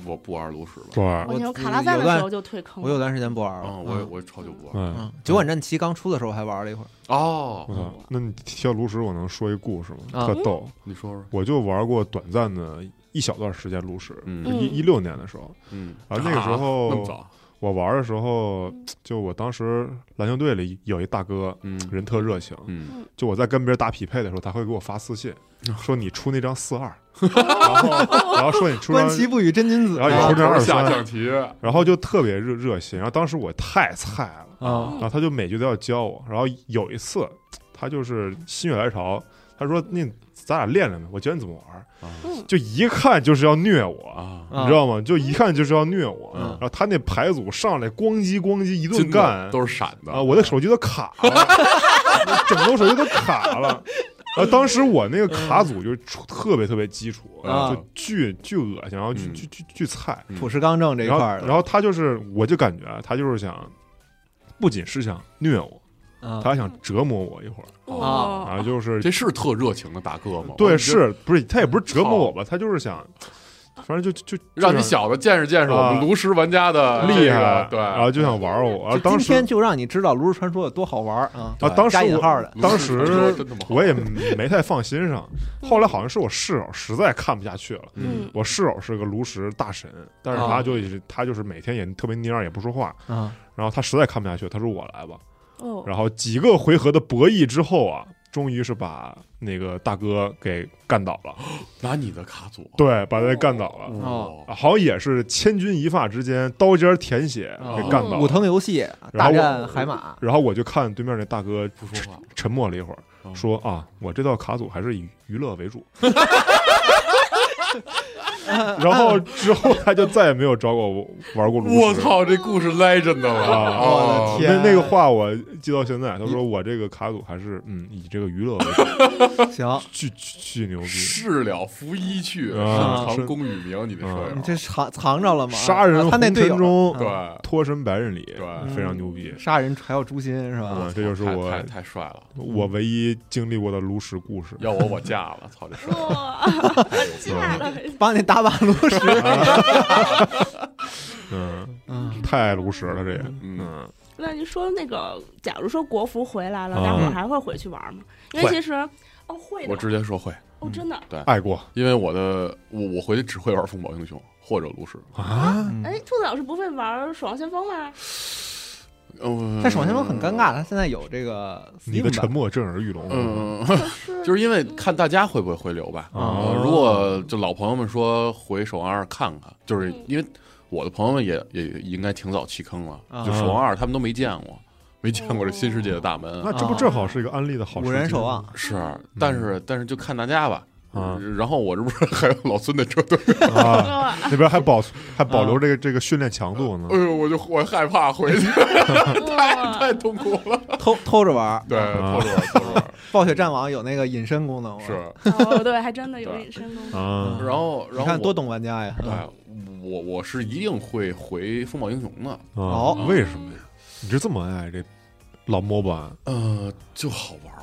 S2: 我不玩炉石了，
S3: 多玩
S4: 我以前
S1: 我
S4: 卡拉赞
S1: 有
S4: 的
S1: 段
S4: 时候就退坑
S1: 我
S4: 了，
S1: 有段时间不玩了，
S2: 啊，我也我也超级不玩。
S3: 嗯，
S1: 嗯，九管战旗刚出的时候我还玩了一会儿。
S3: 我
S2: 哦，
S3: 操！那你提到炉石，我能说一故事吗？
S1: 啊
S3: 特逗，
S2: 你说说，
S3: 我就玩过短暂的一小段时间炉石，
S2: 嗯
S3: 一一六年的时候，
S2: 嗯，
S3: 啊那个时候
S2: 那么早，
S3: 我玩的时候，就我当时篮球队里有一大哥，
S2: 嗯
S3: 人特热情，
S2: 嗯
S3: 就我在跟别人打匹配的时候，他会给我发私信，
S2: 哦
S3: 说你出那张 四二，然后然后说你出张
S1: 观，其不语真君子
S3: 然后有时候这样二三
S2: 下象棋，
S3: 然后就特别热热心，然后当时我太菜了，
S1: 啊
S3: 然后他就每局都要教我，然后有一次他就是心血来潮，他说那咱俩练练呗，我教你怎么玩儿，就一看就是要虐我。
S2: 哦啊
S1: 啊
S3: 你知道吗？就一看就是要虐我，
S2: 嗯
S3: 然后他那牌组上来咣叽咣叽一顿
S2: 真的
S3: 干，
S2: 都是闪的
S3: 啊，我的手机都卡了，整个手机都卡了。然后当时我那个卡组就是出特别特别基础，
S1: 啊
S3: 就巨巨恶心，然后巨
S2: 嗯
S3: 巨巨巨菜。
S1: 土石刚正这一
S3: 然
S1: 块
S3: 后
S1: 儿的，
S3: 然后他就是，我就感觉啊他就是想，不仅是想虐我，
S1: 啊
S3: 他还想折磨我一会儿，
S1: 啊
S3: 然后就是
S2: 这是特热情的大哥吗？
S3: 对，
S2: 我
S3: 是不是他也不是折磨我吧，他就是想，反正就就就
S2: 让你
S3: 想
S2: 小子见识见识我
S3: 啊
S2: 们炉石玩家的
S3: 厉
S2: 这
S3: 害啊
S2: 个，对，
S3: 然后就想玩我。然后
S1: 就今
S3: 当时
S1: 天就让你知道《炉石传说》有多好玩儿啊！
S3: 啊，
S2: 对
S3: 当时
S1: 加引
S3: 我
S1: 号的
S3: 当时
S2: 炉石传说真的吗
S3: 我也没太放心上。后来好像是我室友实在看不下去了，
S4: 嗯
S3: 我室友是个炉石大神，但是
S1: 啊
S3: 他就也是他就是每天也特别蔫儿，也不说话。
S1: 啊，
S3: 然后他实在看不下去，他说我来吧。
S4: 哦，
S3: 然后几个回合的博弈之后啊，终于是把那个大哥给干倒了，
S2: 拿你的卡组，啊
S3: 对，把他给干倒了。
S1: 哦
S3: 啊好像也是千钧一发之间，刀尖舔血
S1: 啊
S2: 哦
S3: 给干倒
S1: 武
S3: 了。
S1: 藤游戏
S3: 嗯然后
S1: 大
S3: 我
S1: 战海马，
S3: 然后我就看对面那大哥
S2: 不说话，
S3: 沉默了一会
S2: 哦
S3: 儿，说啊，我这道卡组还是以娱乐 为主。然后之后他就再也没有找我玩过炉石。
S2: 我！操，这故事 legend 了，
S3: 啊
S1: 我的
S2: 哦
S1: 天
S3: 那那个话我记到现在，他说我这个卡组还是嗯以这个娱乐为主，
S1: 行，
S3: 巨巨巨牛逼，
S2: 事了拂衣去，深
S3: 啊
S2: 藏
S3: 是
S2: 功与名，你的舍
S1: 你
S2: 友，
S1: 这藏藏着了吗？
S3: 杀人
S1: 啊他那
S3: 红
S1: 队友
S3: 尘中
S1: 啊嗯
S2: 对，
S3: 脱身百日里，
S2: 对啊
S3: 非常牛逼。
S1: 杀人还有诛心是吧
S3: 嗯？这就是
S2: 太
S3: 我
S2: 太太帅了，
S3: 我唯一经历过的炉石故事，
S2: 要我我嫁了，操这事儿，
S4: 哇，嫁了，
S1: 帮你打把炉 石，
S3: 嗯，
S1: 嗯
S3: 太炉石了，这个，
S2: 嗯，
S3: 嗯
S4: 那你说那个，假如说国服回来了，
S3: 嗯
S4: 大伙儿还会回去玩吗？因为
S2: 会
S4: 其实，哦会
S2: 我
S4: 的，
S2: 直接说会，
S4: 哦真的，
S3: 爱过
S2: 因为我的我我回去只会玩风暴英雄或者炉石，
S3: 啊，
S4: 哎，兔子老师不会玩《守望先锋》吗？
S2: 嗯，
S1: 但守望先锋很尴尬，他现在有这个
S3: 你的
S1: Steam
S3: 沉
S1: 版
S3: 默震耳欲聋，
S2: 嗯，
S4: 可是
S2: 就是因为看大家会不会回流吧。
S3: 啊
S2: 呃，如果就老朋友们说回守望二看看，就是因为我的朋友们也也也应该挺早弃坑了，
S1: 啊
S2: 就守望二他们都没见过，没见过这新世界的大门。啊
S3: 那
S1: 哦
S3: 这不正好是一个安利的好时啊
S1: 五
S3: 机
S1: 人守望，
S2: 是，但是
S1: 嗯
S2: 但是就看大家吧。
S3: 啊
S2: 然后我这不是还有老孙的车队，
S3: 啊？
S4: 哇
S3: 那边还保还保留这个这个训练强度呢
S1: 啊
S2: 哎，呦， 我就我害怕回去，
S4: 哇，
S2: 太痛苦 了。
S1: 偷偷着玩儿。
S2: 对，偷着玩，偷着 玩
S1: 暴雪战网有那个隐身功能，
S2: 是。。
S4: 哦对，还真的有隐身功能。
S3: 啊
S2: 然后然
S1: 你
S2: 后
S1: 看
S2: 我
S1: 多懂玩家呀！
S2: 哎，我我是一定会回风暴英雄的。
S3: 啊
S1: 哦！
S3: 为什么呀？你是这么爱这老 MOBA
S2: 呃，就好玩儿，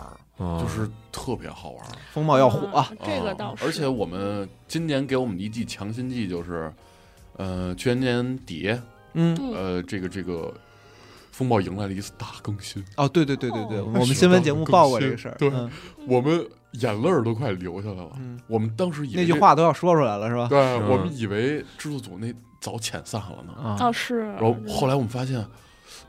S3: 啊？
S2: 就是特别好玩儿。
S1: 风暴要火，
S4: 啊这个倒
S2: 嗯
S4: 是。
S2: 而且我们今年给我们的一剂强心剂就是，呃，去年底，
S1: 嗯，
S4: 嗯
S2: 呃，这个这个风暴迎来了一次大更新，
S1: 哦，对对对对对，
S4: 哦
S1: 我们新闻节目报过这个事儿，
S2: 对
S1: 嗯
S2: 我们眼泪儿都快流下来了。
S1: 嗯，
S2: 我们当时以为
S1: 那句，话都要说出来了是吧？
S2: 对、我们以为制作组那早遣散了呢，
S1: 啊，
S4: 哦是，
S2: 然后后来我们发现，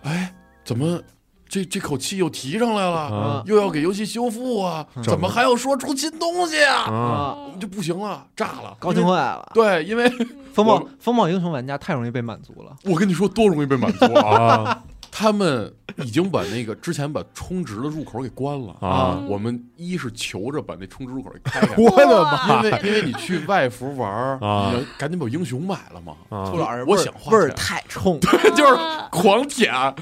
S2: 哎，怎么这这口气又提上来了，
S1: 啊
S2: 又要给游戏修复啊，
S1: 嗯
S2: 怎么还要说出新东西啊？
S3: 啊，
S1: 啊，
S2: 就不行了，炸了，
S1: 高兴
S2: 因为
S1: 坏了。
S2: 对，因为
S1: 风暴
S2: 我
S1: 风暴英雄玩家太容易被满足了，
S2: 我跟你说多容易被满足啊！
S3: 啊
S2: 他们已经把那个之前把充值的入口给关了
S3: 啊！，
S2: 我们一是求着把那充值入口给开开
S3: 我的
S2: 因
S3: 妈！
S2: 为因为你去外服玩儿
S3: 啊，
S2: 你要赶紧把英雄买 了嘛，
S3: 啊
S1: 老师
S2: 我想花
S1: 味儿
S2: 钱
S1: 太冲，
S2: 就是狂舔。
S3: 啊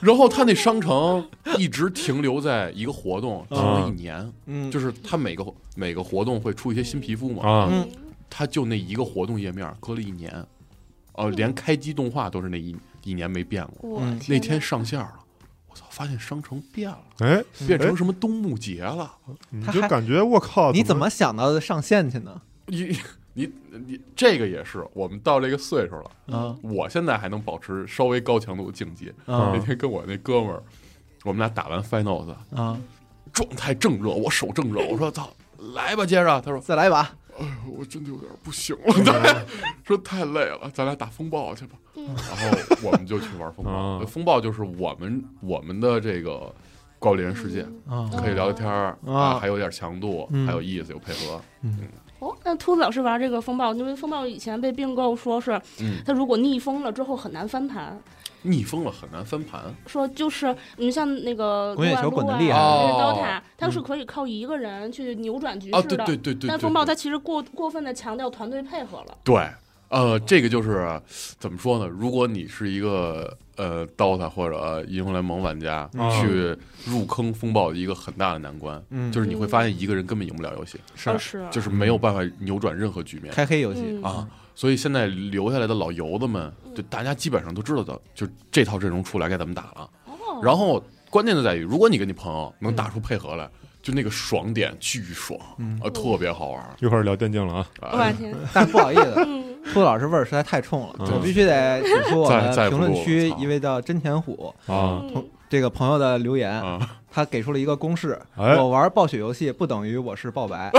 S2: 然后他那商城一直停留在一个活
S3: 啊
S2: 动，停了一年，
S1: 嗯，
S2: 就是他每个每个活动会出一些新皮肤嘛，
S3: 啊
S1: 嗯
S2: 他就那一个活动页面搁了一年，呃，连开机动画都是那一一年没变过。
S4: 我
S1: 嗯
S2: 那天上线了，我操，发现商城变了，
S3: 哎，
S2: 变成什么冬木节了。
S3: 你
S1: 他
S3: 就
S1: 还
S3: 感觉我靠，
S1: 你怎么想到上线去呢？
S2: 你 你你，这个也是我们到这个岁数了，
S1: 啊
S2: 我现在还能保持稍微高强度的竞技。
S1: 啊
S2: 那天跟我那哥们儿，我们俩打完 finals，
S1: 啊！
S2: 状态正热，我手正热，我说操，来吧，接着。他说
S1: 再来一把，
S2: 我真的有点不行了，
S1: 嗯
S2: 对， 说太累了，咱俩打风暴去吧。然后我们就去玩风暴，
S3: 嗯
S2: 风暴就是我们我们的这个怪物猎人世界，
S1: 啊
S2: 可以聊聊天儿、
S1: 嗯
S2: 啊，还有点强度，
S1: 嗯
S2: 还有意思，有配合。
S4: 哦，那秃子老师玩这个风暴，因为风暴以前被并购，说是
S2: 嗯，
S4: 它如果逆风了之后很难翻盘，
S2: 逆风了很难翻盘，
S4: 说就是你像那个
S1: 滚雪球滚得厉
S4: 撸
S1: 害嗯
S4: 啊
S2: 哦
S4: 撸啊还是 DOTA，它是可以靠一个人去扭转局
S2: 啊，
S4: 势
S2: 对
S4: 的。
S2: 对对对，
S4: 但
S2: 对
S4: 风暴
S2: 对
S4: 它其实过过分的强调团队配合了。
S2: 对，呃，这个就是怎么说呢？如果你是一个呃 DOTA 或者呃英雄联盟玩家，
S3: 嗯
S2: 去入坑风暴的一个很大的难关，
S1: 嗯，
S2: 就是你会发现一个人根本赢不了游戏，
S4: 啊是
S2: 就是没有办法扭转任何局面。
S1: 开黑游戏哦
S4: 嗯
S2: 啊，所以现在留下来的老油子们，就大家基本上都知道的，就这套阵容出来该怎么打了。
S4: 哦，
S2: 然后关键的在于，如果你跟你朋友能打出配合来，就那个爽点巨爽
S1: 嗯，
S2: 啊，特别好玩。
S3: 一会儿聊电竞了啊？
S4: 我
S2: 啊
S4: 天，
S1: 但是不好 意思，
S4: 嗯，
S1: 兔老师味儿实在太冲了，
S3: 嗯
S1: 我必须得指出我们
S2: 再再
S1: 的
S2: 不
S1: 评
S2: 录
S1: 论区
S2: 我操
S1: 一位叫真田虎
S3: 啊，
S1: 同
S4: 嗯
S1: 这个朋友的留言，
S2: 啊，
S1: 他给出了一个公式：
S3: 哎
S1: 我玩暴雪游戏不等于我是爆 白，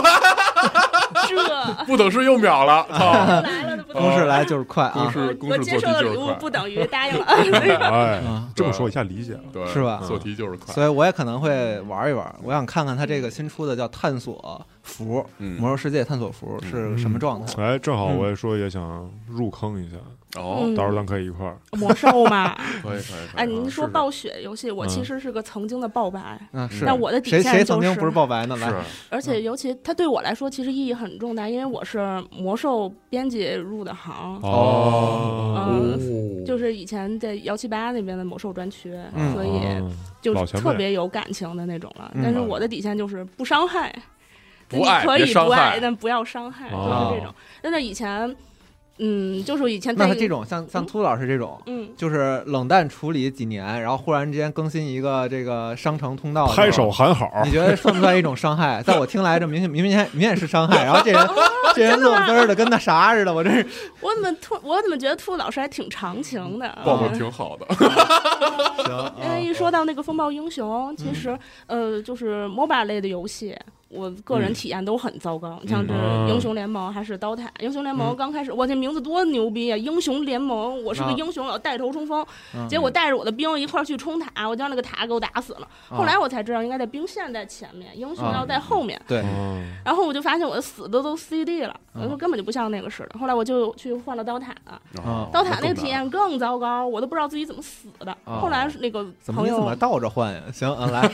S4: 这
S2: 不等式又秒了， 操！
S4: 啊来了，这不
S1: 公式来就是快
S2: 公
S1: 啊
S2: 式公
S4: 啊我
S2: 式
S4: 接
S2: 做题
S4: 受了
S2: 就
S4: 礼
S2: 是
S4: 物
S2: 快，
S4: 不 等于答应了。 嗯
S3: 哎，
S1: 啊！
S3: 这么说一下理解了
S2: 对，
S1: 是吧
S2: 做题就是快，
S1: 所以我也可能会玩一玩，我想看看他这个新出的叫探索服《
S2: 嗯，
S1: 魔兽世界探索服》是个什么状态。
S3: 哎，正好
S4: 嗯
S3: 我也说也想入坑一下，
S2: 哦，
S3: 到时候咱可以一块儿。
S4: 魔兽 嘛，
S2: 可以可以。可以
S4: 嗯哎，您说，暴
S2: 啊
S4: 雪游戏，我
S3: 嗯
S4: 其实是个曾经的爆白，
S1: 嗯，是
S4: 但我的底
S1: 谁
S4: 线
S1: 谁
S4: 就
S1: 曾经
S4: 是
S1: 不是爆白呢？
S2: 是
S1: 来，
S2: 是
S4: 而且尤其它对我来说其实意义很重大，因为我是魔兽编辑入的行，嗯
S3: 哦，
S2: 哦
S4: 就是以前在幺七八那边的魔兽专区，
S3: 哦
S1: 嗯
S4: 所
S2: 哦
S4: 以就
S3: 老
S4: 是
S3: 前辈
S4: 特别有感情的那种了。
S1: 嗯
S4: 但是我的底线就是不伤害，
S2: 不爱
S4: 你可
S2: 别
S4: 以
S2: 伤
S4: 不
S2: 害
S4: 爱，但不要伤害，就
S3: 哦
S4: 是这种。但是以前，嗯，就是以前
S1: 那
S4: 在
S1: 他这种像像秃老师这种。
S4: 嗯，
S1: 就是冷淡处理几年，然后忽然之间更新一个这个商城通道，
S3: 啊拍手喊好，
S1: 你觉得算不算一种伤害？在我听来，这明显明明显明显是伤害。然后这 人这人乐滋儿的，跟那啥似的，我真是
S4: 我怎么突我怎么觉得兔子老师还挺长情的？
S2: 抱抱挺好的，
S1: 行啊
S4: 因为嗯哎一说到那个风暴英雄，其
S1: 嗯
S4: 实、呃，就是 MOBA 类的游戏，我个
S1: 嗯
S4: 人体验都很糟糕。像是
S3: 嗯
S4: 英雄联盟还是 DOTA，英雄联盟
S1: 嗯
S4: 刚开始，我这名字多牛逼啊！英雄联盟，我是个
S1: 啊
S4: 英雄，我要带头冲锋。
S1: 嗯
S4: 结果带着我的兵一块儿去冲塔，我就让那个塔给我打死了。
S1: 嗯
S4: 后来我才知道，应该在兵线在前面，英雄
S1: 啊
S4: 要在后面。
S1: 对，
S3: 嗯
S4: 然后我就发现我的死的都 CD 了，
S1: 嗯
S4: 我说根本就不像那个似的。后来我就去换了刀塔了，
S2: 哦
S1: 啊
S4: 刀嗯塔那个体验更糟糕，我都不知道自己怎么死的。
S1: 啊
S4: 后来是那个
S1: 怎么
S4: 朋
S1: 你怎
S4: 友
S1: 么倒着换呀？行啊，来，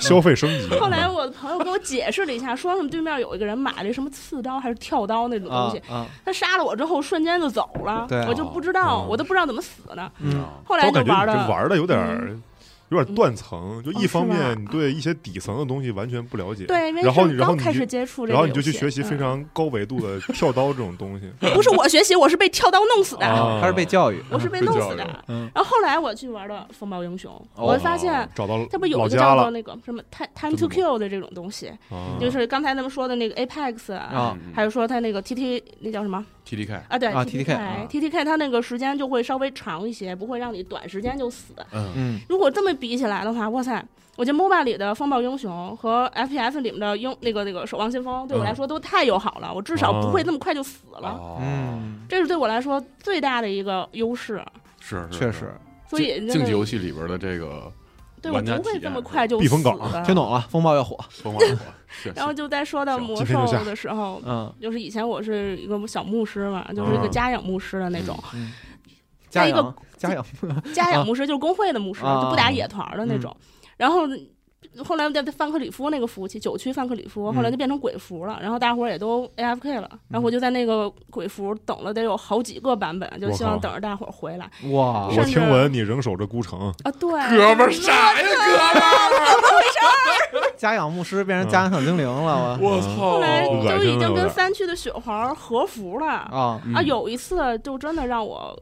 S3: 消费升级。
S4: 后来我的朋友跟我解释了一下，说什么对面有一个人买了什么刺刀还是跳刀那种 东
S1: 啊
S4: 西，
S1: 啊，
S4: 他杀了我之后瞬间就走了
S1: 对，啊
S4: 我就不知道，
S3: 哦
S4: 我都不知道怎么死的。
S1: 嗯
S4: 后来
S3: 我
S4: 就
S3: 感觉你这
S4: 了，
S3: 玩的有点儿
S4: 嗯
S3: 有点断层，就一方
S4: 哦是
S3: 面
S4: 吧
S3: 你对一些底层的东西完全不了解，
S4: 对，因为
S3: 然后
S4: 是
S3: 然后
S4: 刚
S3: 你
S4: 开始
S3: 就
S4: 接触这个
S3: 然后你就
S4: 游
S3: 去
S4: 戏
S3: 学习非、
S4: 嗯
S3: 常高维度的跳刀这种东 西。
S4: 不是我学习，我是被跳刀弄死的，
S3: 啊
S1: 他嗯是被教育，
S4: 哦我是被
S2: 被
S4: 弄
S2: 教
S4: 死
S2: 育
S4: 的。
S1: 嗯
S4: 然后后来我去玩的风暴英雄，
S2: 哦
S4: 我发现
S3: 找到
S4: 它不有
S3: 老
S4: 一个
S3: 家
S4: 叫做
S3: 了，
S4: 那个什么 time time to kill 的这种东西，
S3: 啊
S4: 就是刚才咱们说的那个 apex 啊，
S1: 啊
S4: 还有说它那个 T T 那叫什么
S2: 嗯 T D K，
S4: 啊？对
S1: 啊
S4: T
S1: TTK 啊
S4: T T K 它那个时间就会稍微长一些，不会让你短时间就死。
S2: 嗯，
S1: 嗯
S4: 如果这么比起来的话，哇塞！我觉得 MOBA 里的风暴英雄和 FPS 里面的英那个那个守望先锋对我来说都太友好了，我至少不会那么快就死了，
S2: 哦，
S1: 嗯，
S4: 这是对我来说最大的一个优势。
S2: 是是
S1: 确
S2: 是
S1: 实，
S4: 所以
S2: 竞竞技游戏里边的这个
S4: 对我
S2: 玩家
S4: 不
S2: 体
S4: 会
S2: 验
S4: 这么快就
S3: 避
S4: 死
S3: 风港
S4: 的
S1: 听懂了，风暴越火，
S2: 疯玩过，是
S4: 然后就再说到
S2: 行
S4: 魔
S3: 今天
S4: 兽
S3: 就下
S4: 的时候，
S1: 嗯
S4: 就是以前我是一个小牧师嘛，就是一个
S3: 嗯
S4: 家养牧师的那种，
S1: 嗯，
S4: 再
S1: 加
S4: 一个
S1: 油加油，
S4: 家养牧师就是工会的牧师，
S1: 啊
S4: 就不打野团的那种。然后后来在范克里夫那个服务器，九区范克里夫，
S1: 嗯
S4: 后来就变成鬼服了，然后大伙儿也都 AFK 了，然后我就在那个鬼服等了得有好几个版本，就希
S3: 我
S4: 望
S3: 靠
S4: 等着大伙儿回来
S1: 哇
S3: 我
S4: 甚
S3: 听
S4: 至
S3: 闻你仍守着孤城，
S4: 啊。对，
S2: 哥们儿啥呀，哥们儿，
S1: 家养牧师变成家养小精灵了，我
S2: 我操！
S4: 后来
S3: 恶
S4: 就已
S3: 心了
S4: 经
S3: 有点
S4: 跟
S3: 儿
S4: 三区的雪皇合服了啊
S1: 啊，
S2: 嗯
S4: 有一次就真的让我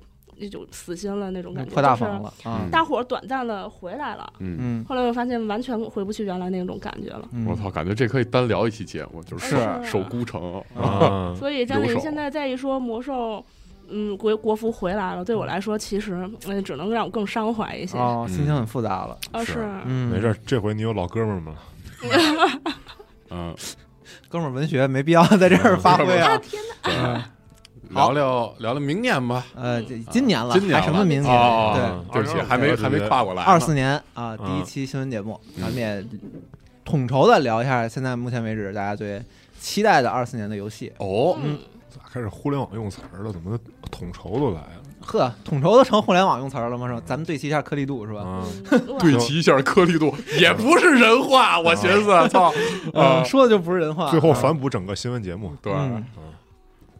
S4: 就死心了那种感觉，
S1: 扩大
S4: 就是
S1: 房了啊
S2: 嗯，
S4: 大伙儿短暂的回来了，
S2: 嗯，
S1: 嗯
S4: 后来我发现完全回不去原来那种感觉了。
S1: 嗯，
S2: 我操，感觉这可以单聊一期节目，就是守守孤城啊，
S3: 啊，
S4: 所以真
S2: 留
S4: 的
S2: 守
S4: 现在再一说魔兽，嗯，国国服回来了，对我来说其实嗯只能让我更伤怀一些。
S3: 啊
S1: 哦，
S2: 嗯
S1: 心情很复杂了，
S4: 啊
S2: 是
S4: 是，
S1: 嗯，
S3: 没事，儿，这回你有老哥们儿嘛，
S2: 嗯，
S1: 哥们儿文学没必要在这儿发挥
S4: 啊
S1: 啊，
S4: 天哪，
S2: 对
S1: 嗯
S2: 聊聊聊聊明年吧，
S1: 呃，这
S4: 嗯
S1: 今年了，
S2: 今年
S1: 还什么明年？
S2: 哦
S1: 对，
S2: 对不起，还没还没跨过来呢，
S1: 二四年啊，
S3: 嗯
S1: 第一期新闻节目，咱们也统筹的聊一下，现在目前为止大家最期待的二四年的游戏。
S2: 哦，
S4: 嗯，
S3: 咋开始互联网用词儿了？怎么统筹都来了？
S1: 呵，统筹都成互联网用词儿了吗？是吧？咱们对齐一下颗粒度是吧？
S3: 啊，
S4: 嗯哇
S2: 对齐一下颗粒度，也不是人 话，我寻思，操，
S1: 呃，
S2: 啊，
S1: 说的就不是人话。
S3: 最后
S1: 啊
S3: 反哺整个新闻节目，啊
S2: 对，
S1: 嗯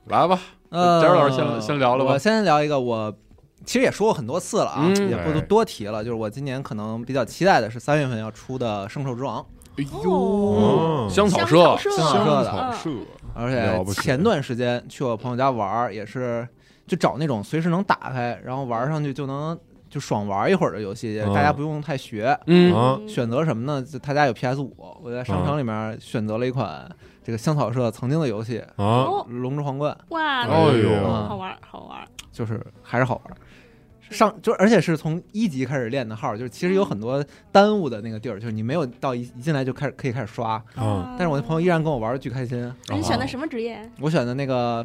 S2: 来
S4: 哦
S2: 吧，
S1: 呃，
S2: 佳儿老师先先聊了吧
S1: 我先聊一个，我其实也说过很多次了啊，
S2: 嗯
S1: 也不多
S3: 哎
S1: 多提了。就是我今年可能比较期待的是三月份要出的《圣兽之王
S2: 哎
S4: 嗯哦
S2: 香草
S4: 香
S2: 社
S4: 草，社
S1: 香草社的
S3: 草社，》，
S1: 而
S3: 了不
S1: 且
S3: 起
S1: 前段时间去我朋友家玩儿，也是就找那种随时能打开，然后玩上去就能就爽玩一会儿的游戏，
S3: 嗯
S1: 大家不用太学。
S2: 嗯
S3: 啊
S4: 嗯
S1: 选择什么呢？就他家有 PS 五，我在
S3: 嗯
S1: 商场里面选择了一款这个香草社曾经的游戏
S3: 啊，
S1: 《
S4: 哦
S1: 龙之皇冠》，
S4: 哇，
S3: 哎
S4: 那
S3: 呦
S1: 啊
S4: 好玩儿好玩儿，
S1: 就是还是好玩儿。上就而且是从一级开始练的号，就是其实有
S4: 嗯
S1: 很多耽误的那个地儿，就是你没有到一一进来就开始可以开始
S4: 哦
S1: 刷，
S3: 啊
S1: 但是我那朋友依然跟我玩的巨开心。
S4: 友，你选的什么职业？
S1: 我选的那个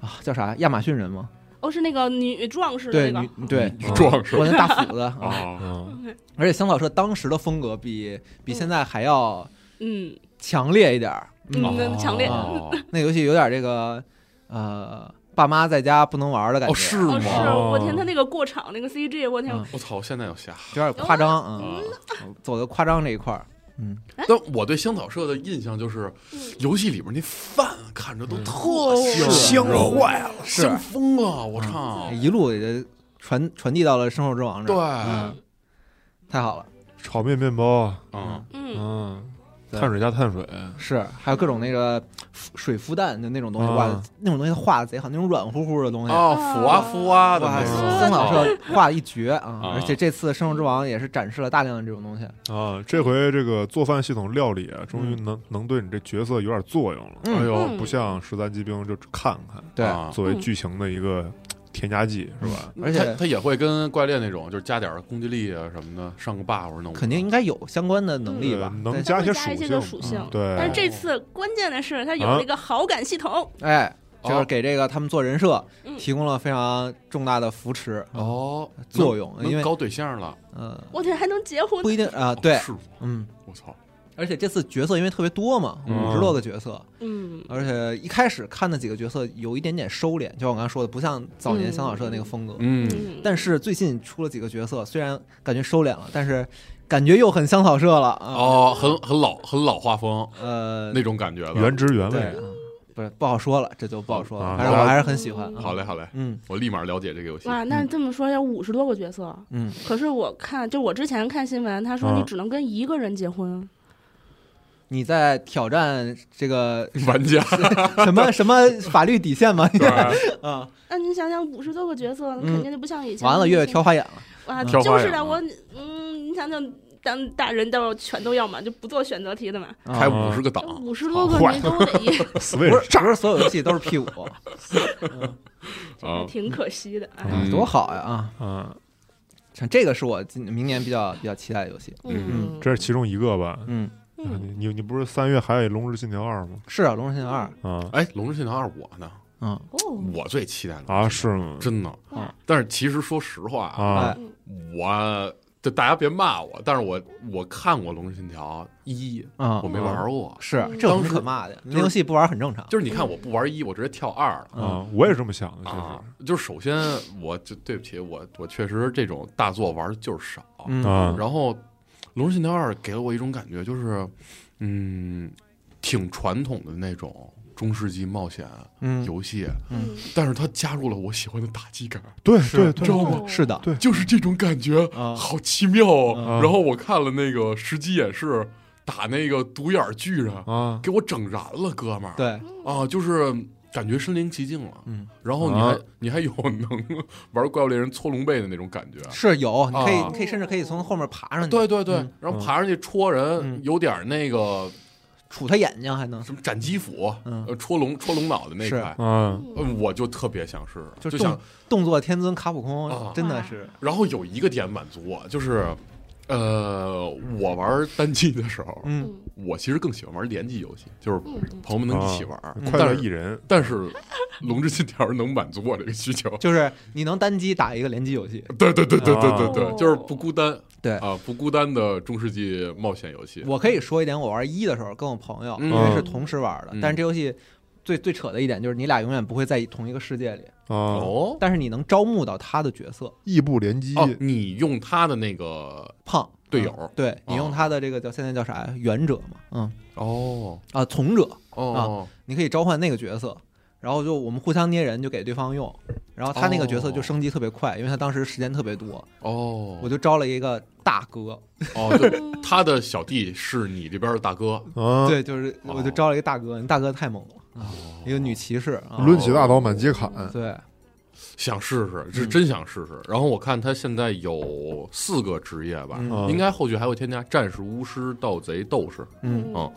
S1: 啊叫啥亚马逊人吗？
S4: 哦，是那个女壮士
S1: 对
S4: 的那
S1: 女
S4: 个，
S1: 对，
S2: 女壮士
S1: 我 那大斧子啊，
S2: 啊，
S3: 啊，
S1: 而且香草社当时的风格比比现在还要
S4: 嗯
S1: 强烈一点儿。嗯，
S4: 嗯，那强烈，
S2: 哦
S1: 那游戏有点这个呃，爸妈在家不能玩的感
S2: 哦
S1: 觉，
S2: 是
S3: 嗯
S1: 有
S4: 哦是，
S3: 啊
S2: 吗？
S4: 我天，他那个过场那个 CG，我天
S1: 嗯，
S2: 我操，现在要下
S1: 点夸张啊，
S2: 啊！
S4: 嗯
S1: 走的夸张这一块儿。嗯，
S4: 哎
S2: 但我对香草社的印象就是，游戏里面那饭看着都特
S4: 嗯
S2: 香
S3: 香
S2: 坏
S3: 坏
S2: 了，
S1: 是哎
S2: 香疯了，我操！
S1: 一路也传传递到了《生兽之王》这
S2: 对
S1: 儿，，嗯，太好了，
S3: 炒面面包，啊
S2: 嗯，
S4: 嗯，
S3: 嗯，
S1: 对
S3: 碳水加碳水，
S1: 嗯是还有各种那个水孵蛋的那种东西，
S3: 啊
S1: 哇，那种东西画的贼好，那种软乎乎的东
S4: 哦
S1: 西。
S2: 啊，腐啊腐啊的
S1: 哇，
S2: 那种，
S1: 香草社画的一绝啊！
S2: 啊
S1: 而且这次《生兽之王》也是展示了大量的这种东西。
S3: 啊，这回这个做饭系统料理啊，终于能、能对你这角色有点作用了。
S1: 嗯
S2: 哎呦，
S4: 嗯
S3: 不像十三机兵就看看，
S1: 对，
S2: 啊
S3: 作为剧情的一个添加剂是吧？
S1: 而且
S2: 他他也会跟怪猎那种，就是加点儿攻击力啊什么的，上个 buff 弄的。
S1: 肯定应该有相关的能力吧？
S3: 嗯
S1: 对
S4: 它
S3: 能加
S4: 会
S3: 一些
S4: 加一
S3: 属
S4: 些个
S3: 性
S4: 属性
S1: 嗯，
S3: 对，
S4: 但是这次关键的是它有
S3: 啊
S4: 那个好感系统，
S1: 哎，就是
S2: 哦
S1: 给这个他们做人设
S4: 嗯
S1: 提供了非常重大的扶持。
S2: 哦，
S1: 作用
S2: 能
S1: 因为
S2: 搞对象了。哦
S1: 呃，
S4: 我天，还能结婚
S1: 不，一定啊、对，
S2: 是吗
S1: 嗯，
S2: 我操，
S1: 而且这次角色因为特别多嘛，
S2: 嗯
S1: 五十多个角色，
S4: 嗯，
S1: 而且一开始看的几个角色有一点点收敛，就像我刚才说的，不像早年
S4: 嗯
S1: 香草社那个风格。
S2: 嗯，
S4: 嗯
S1: 但是最近出了几个角色，虽然感觉收敛了，但是感觉又很香草社了啊。
S2: 哦，很很老很老画风
S1: 呃，
S2: 那种感觉的。
S3: 原汁原
S1: 对
S3: 味
S1: 啊，不是不好说了，这就不好说
S2: 哦
S1: 了。
S3: 啊
S1: 反正我还是很喜欢。啊
S2: 好嘞，好嘞，
S1: 嗯
S2: 我立马了解这个游戏。
S4: 哇，那这么说要五十多个角色，
S1: 嗯，
S4: 可是我看就我之前看新闻，他说
S3: 啊
S4: 你只能跟一个人结婚，
S1: 你在挑战这个
S2: 玩家，
S1: 什么什么法律底 线吗？ 你
S2: 对，
S1: 啊，
S4: 那你想想五十多个角色，
S1: 嗯
S4: 肯定就不像以前。
S1: 完了，月月挑花眼了。
S4: 哇，
S1: 嗯
S2: 挑花啊
S4: 就
S2: 眼
S4: 是的，
S2: 了
S4: 我嗯，你想想。咱大人都全都要嘛，就不做选择题的嘛。
S1: 啊
S2: 开五十个档，
S4: 五十多个
S3: 坏
S4: 你都 得一，
S1: 不
S3: Switch
S1: 是不是所有游戏都是 P 五，
S2: 啊
S4: 还 挺可惜的。
S2: 嗯
S4: 哎
S1: 啊多好呀啊！
S3: 啊，
S1: 像这个是我今明年比较比较期待的游戏。
S2: 嗯
S3: 这是其中一个吧？
S1: 嗯，
S3: 啊
S4: 嗯，
S3: 你你你不是三月还有《龙之信条二》吗？
S1: 是啊，《龙之信条二》
S3: 啊
S2: 哎，《龙之信条二》我呢，
S1: 嗯，
S4: 哦，
S2: 我最期待的，
S3: 啊啊是吗？
S2: 真的
S4: 啊。
S2: 但是其实说实话，
S3: 啊
S1: 哎，
S2: 我就大家别骂我，但是我我看过《龙之信条》一，
S1: 啊
S2: 我没玩过。
S1: 是啊这有什么可骂的？那游戏不玩很正常。
S2: 就是你看，我不玩一，我直接跳二了。
S3: 啊，我也是这么
S1: 嗯
S3: 想的，
S2: 啊
S3: 就，
S2: 就是首先，我就对不起我，我确实这种大作玩的就是少。
S3: 是
S1: 嗯
S3: 啊，
S2: 然后，《龙之信条二》给了我一种感觉，就是，嗯，挺传统的那种中世纪冒险
S1: 嗯，
S2: 游戏，
S4: 嗯，
S2: 但是它加入了我喜欢的打击感，
S3: 对对
S1: 是
S3: 对
S2: 知道
S4: 哦
S2: 吗？
S1: 是的，
S3: 对
S2: 就是这种感觉，
S1: 啊
S2: 好奇妙哦。
S1: 啊
S2: 然后我看了那个实际演示，打那个独眼巨人，
S3: 啊，
S2: 给我整燃了，哥们儿。
S1: 对，
S2: 啊，就是感觉身临其境了。
S1: 嗯，
S2: 然后你还、
S3: 啊
S2: 你还有能玩怪物猎人搓龙背的那种感觉。
S1: 是有，你可以，
S2: 啊
S1: 你可以甚至可以从后面爬上去，
S2: 对对对，
S1: 嗯
S2: 然后爬上去戳人，
S1: 嗯
S2: 有点那个
S1: 杵他眼睛还能
S2: 什么斩鸡斧，
S1: 嗯
S2: 呃，戳龙戳龙脑的那
S1: 是
S2: 块，
S3: 嗯
S2: 嗯，我就特别想试试，
S1: 就
S2: 就是想
S1: 动动作天尊卡普
S2: 啊
S1: 空，真的是
S2: 然后有一个点满足我，就是，呃，我玩单机的时候，
S1: 嗯
S4: 嗯
S2: 我其实更喜欢玩联机游戏，就是
S4: 嗯嗯
S2: 朋友们能一起玩。
S1: 嗯
S3: 啊快乐
S2: 但
S3: 艺
S2: 是
S3: 人
S2: 但是，《龙之信条》能满足我这个需求。
S1: 就是你能单机打一个联机游戏，
S2: 对对对对对对对，
S4: 哦
S2: 就是不孤单。
S1: 对
S2: 啊，不孤单的中世纪冒险游戏。
S1: 我可以说一点，我玩一的时候跟我朋友，
S2: 嗯
S1: 因为是同时玩的，
S2: 嗯
S1: 但是这游戏最最扯的一点就是你俩永远不会在同一个世界里，
S3: 啊，
S2: 哦
S1: 但是你能招募到他的角色
S3: 异步联机
S2: 哦，你用他的那个
S1: 胖
S2: 队友
S1: 嗯对你用他的这个叫现在叫啥呀？原者嘛，嗯
S2: 哦
S1: 啊，从者，
S2: 哦
S1: 你可以召唤那个角色。然后就我们互相捏人，就给对方用。然后他那个角色就升级特别快，因为他当时时间特别多，
S2: 哦，
S1: 我就招了一个大哥。
S2: 哦，对，他的小弟是你这边的大哥。
S3: 啊，
S1: 对，就是
S2: 哦
S1: 我就招了一个大哥，那大哥太猛了，一个女骑士啊。
S3: 抡起大
S2: 哦
S3: 刀满街砍，啊
S1: 对，
S2: 想试试，是
S1: 嗯
S2: 真想试试。然后我看他现在有四个职业吧，
S1: 嗯
S3: 啊
S2: 应该后续还会添加战士、巫师、盗贼、斗士。
S1: 嗯，
S2: 嗯，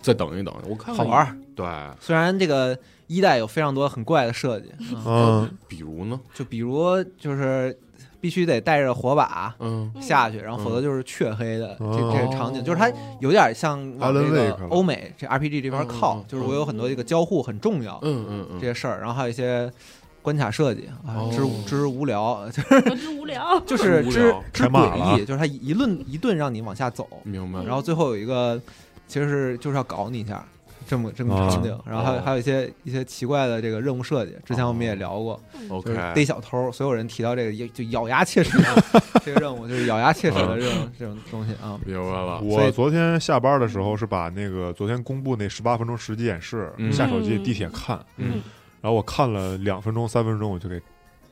S2: 再等一等，我看看
S1: 好玩儿。
S2: 对，
S1: 虽然这个一代有非常多很怪的设计，嗯
S3: 嗯
S2: 比如呢？
S1: 就比如就是必须得带着火把
S2: 嗯，
S4: 嗯
S1: 下去，然后否则
S2: 嗯
S1: 就是雀黑的这
S3: 哦
S1: 这个场景，就是它有点像往这
S3: Alan
S1: 个
S3: Wake 了
S1: 欧美这 RPG 这边
S2: 嗯
S1: 靠
S2: 嗯，嗯
S1: 就是我有很多这个交互很重要
S2: 嗯嗯嗯
S1: 这，些事儿，然后还有一些关卡设计啊
S2: 哦，
S1: 之之无聊， 就
S4: 我就无聊。
S1: 就是
S2: 无
S1: 之
S2: 聊
S1: 之
S3: 开骂了啊
S1: 诡异，就是它一顿一顿让你往下走，
S3: 嗯
S2: 明白。
S1: 然后最后有一个其实是就是要搞你一下。这么这么场景，然后还有
S2: 哦
S1: 还有一些一些奇怪的这个任务设计，之前我们也聊过，就是
S2: OK，
S1: 逮小偷，所有人提到这个也就咬牙切齿啊， 这个任务就是咬牙切齿的这
S2: 嗯
S1: 种这种东西啊。
S2: 明白了。
S1: 所以
S3: 我昨天下班的时候是把那个昨天公布那十八分钟实际演示、
S2: 嗯
S3: 下手机地铁看，
S2: 嗯
S3: 然后我看了两分钟三分钟，我就给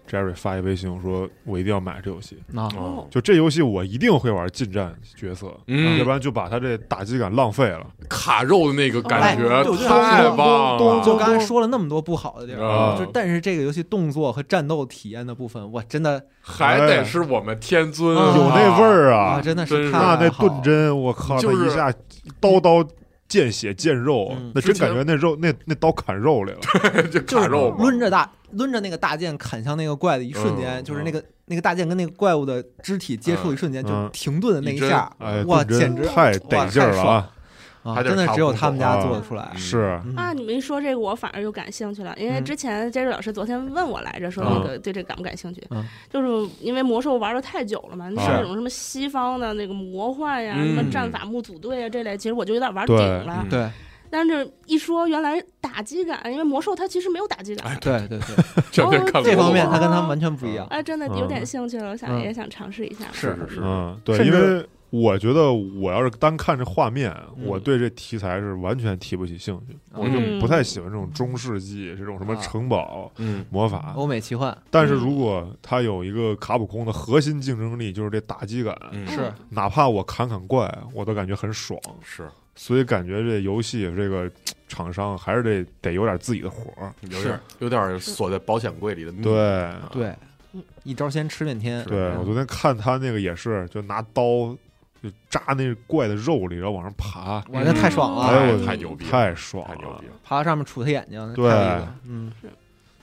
S3: Jerry 发一微信，我说我一定要买这游戏，
S1: 啊，
S2: 哦，
S3: 就这游戏我一定会玩近战角色，
S2: 嗯
S3: 要不然就把他这打击感浪费了。
S2: 卡肉的那个 感
S1: 哎
S2: 觉
S1: 对我觉得
S2: 太
S1: 咚
S2: 棒
S3: 咚
S1: 就
S2: 了。
S3: 咚
S1: 刚才说了那么多不好的地儿
S2: 啊，
S1: 就是但是这个游戏动作和战斗体验的部分，哇，真的
S2: 还得是我们天尊
S1: 哎
S2: 啊
S3: 有那味儿
S1: 啊，
S3: 啊！
S1: 真的
S2: 真
S1: 是
S2: 是
S1: 太
S3: 那
S1: 好
S3: 那盾针，我靠，
S2: 就是
S3: 那一下刀刀见血见肉
S1: 嗯，
S3: 那
S2: 之
S3: 真
S2: 前
S3: 感觉那肉那那刀砍肉来了。
S2: 啊就
S1: 就
S2: 卡
S1: 是
S3: 哦
S2: 肉嘛
S1: 抡着大把着那个大剑砍向那个怪的一瞬间，
S2: 嗯
S1: 就是那个那个大剑跟那个怪物的肢体接触一瞬间，
S3: 嗯
S1: 就停顿的那
S2: 一针
S1: 下，
S3: 哎，
S1: 哇，
S3: 盾
S1: 简
S3: 针
S1: 直
S3: 太得劲儿了啊！
S1: 啊！
S2: 还得
S1: 真的
S2: 差
S1: 只有
S2: 不
S1: 他们家
S3: 多
S1: 做得
S4: 啊
S1: 出来。
S3: 是
S1: 嗯
S4: 啊，你们一说这个，我反而又感兴趣了，因为
S1: 嗯
S4: 之前 Jerry 老师昨天问我来着，说
S3: 嗯
S4: 那个对这感不感兴趣
S1: 嗯，
S4: 就是因为魔兽玩的太久了嘛，你
S3: 是
S4: 像那种什么西方的那个魔幻呀、
S2: 嗯
S4: 什么战法木组队啊这类，其实我就有点玩
S3: 对
S4: 顶了
S2: 嗯。
S1: 对
S4: 但是一说原来打击感，因为魔兽它其实没有打击
S3: 哎
S1: 对
S4: 感，
S1: 对 对，
S2: 这边看
S1: 这
S2: 罗
S1: 方面
S2: 马
S1: 他跟他们完全不一样。
S4: 哎，真的
S3: 嗯
S4: 有点兴趣了，我想
S1: 嗯
S4: 也想尝试一下。
S2: 是是是，
S3: 嗯，对，
S1: 甚
S3: 因
S1: 至
S3: 为我觉得我要是单看这画面，
S1: 嗯
S3: 我对这题材是完全提不起兴趣，我就
S4: 嗯
S3: 不太喜欢这种中世纪这种什
S1: 啊
S3: 么
S1: 哦嗯
S3: 城堡
S2: 嗯
S3: 魔法。
S1: 欧美奇幻
S3: 但是如果它有一个卡普空的核心竞争力，就是这打击感，
S2: 嗯
S1: 是
S3: 哪怕我砍砍怪，我都感觉很爽。
S2: 是
S3: 所以感觉这游戏这个厂商还是得得有点自己的活儿。
S2: 有点有点锁在保险柜里的嗯
S1: 嗯
S2: 秘密
S3: 对，
S1: 对，一招先吃遍天。
S3: 对我昨天看他那个也是，就拿刀就扎那怪的肉里，然后往上爬，
S1: 我这太爽
S2: 太
S1: 了，
S3: 哎呦
S2: 太牛逼了，
S3: 太爽
S2: 太牛
S3: 了
S2: 逼！了。
S1: 爬到上面杵他眼睛。
S3: 对
S1: 太有意思了嗯，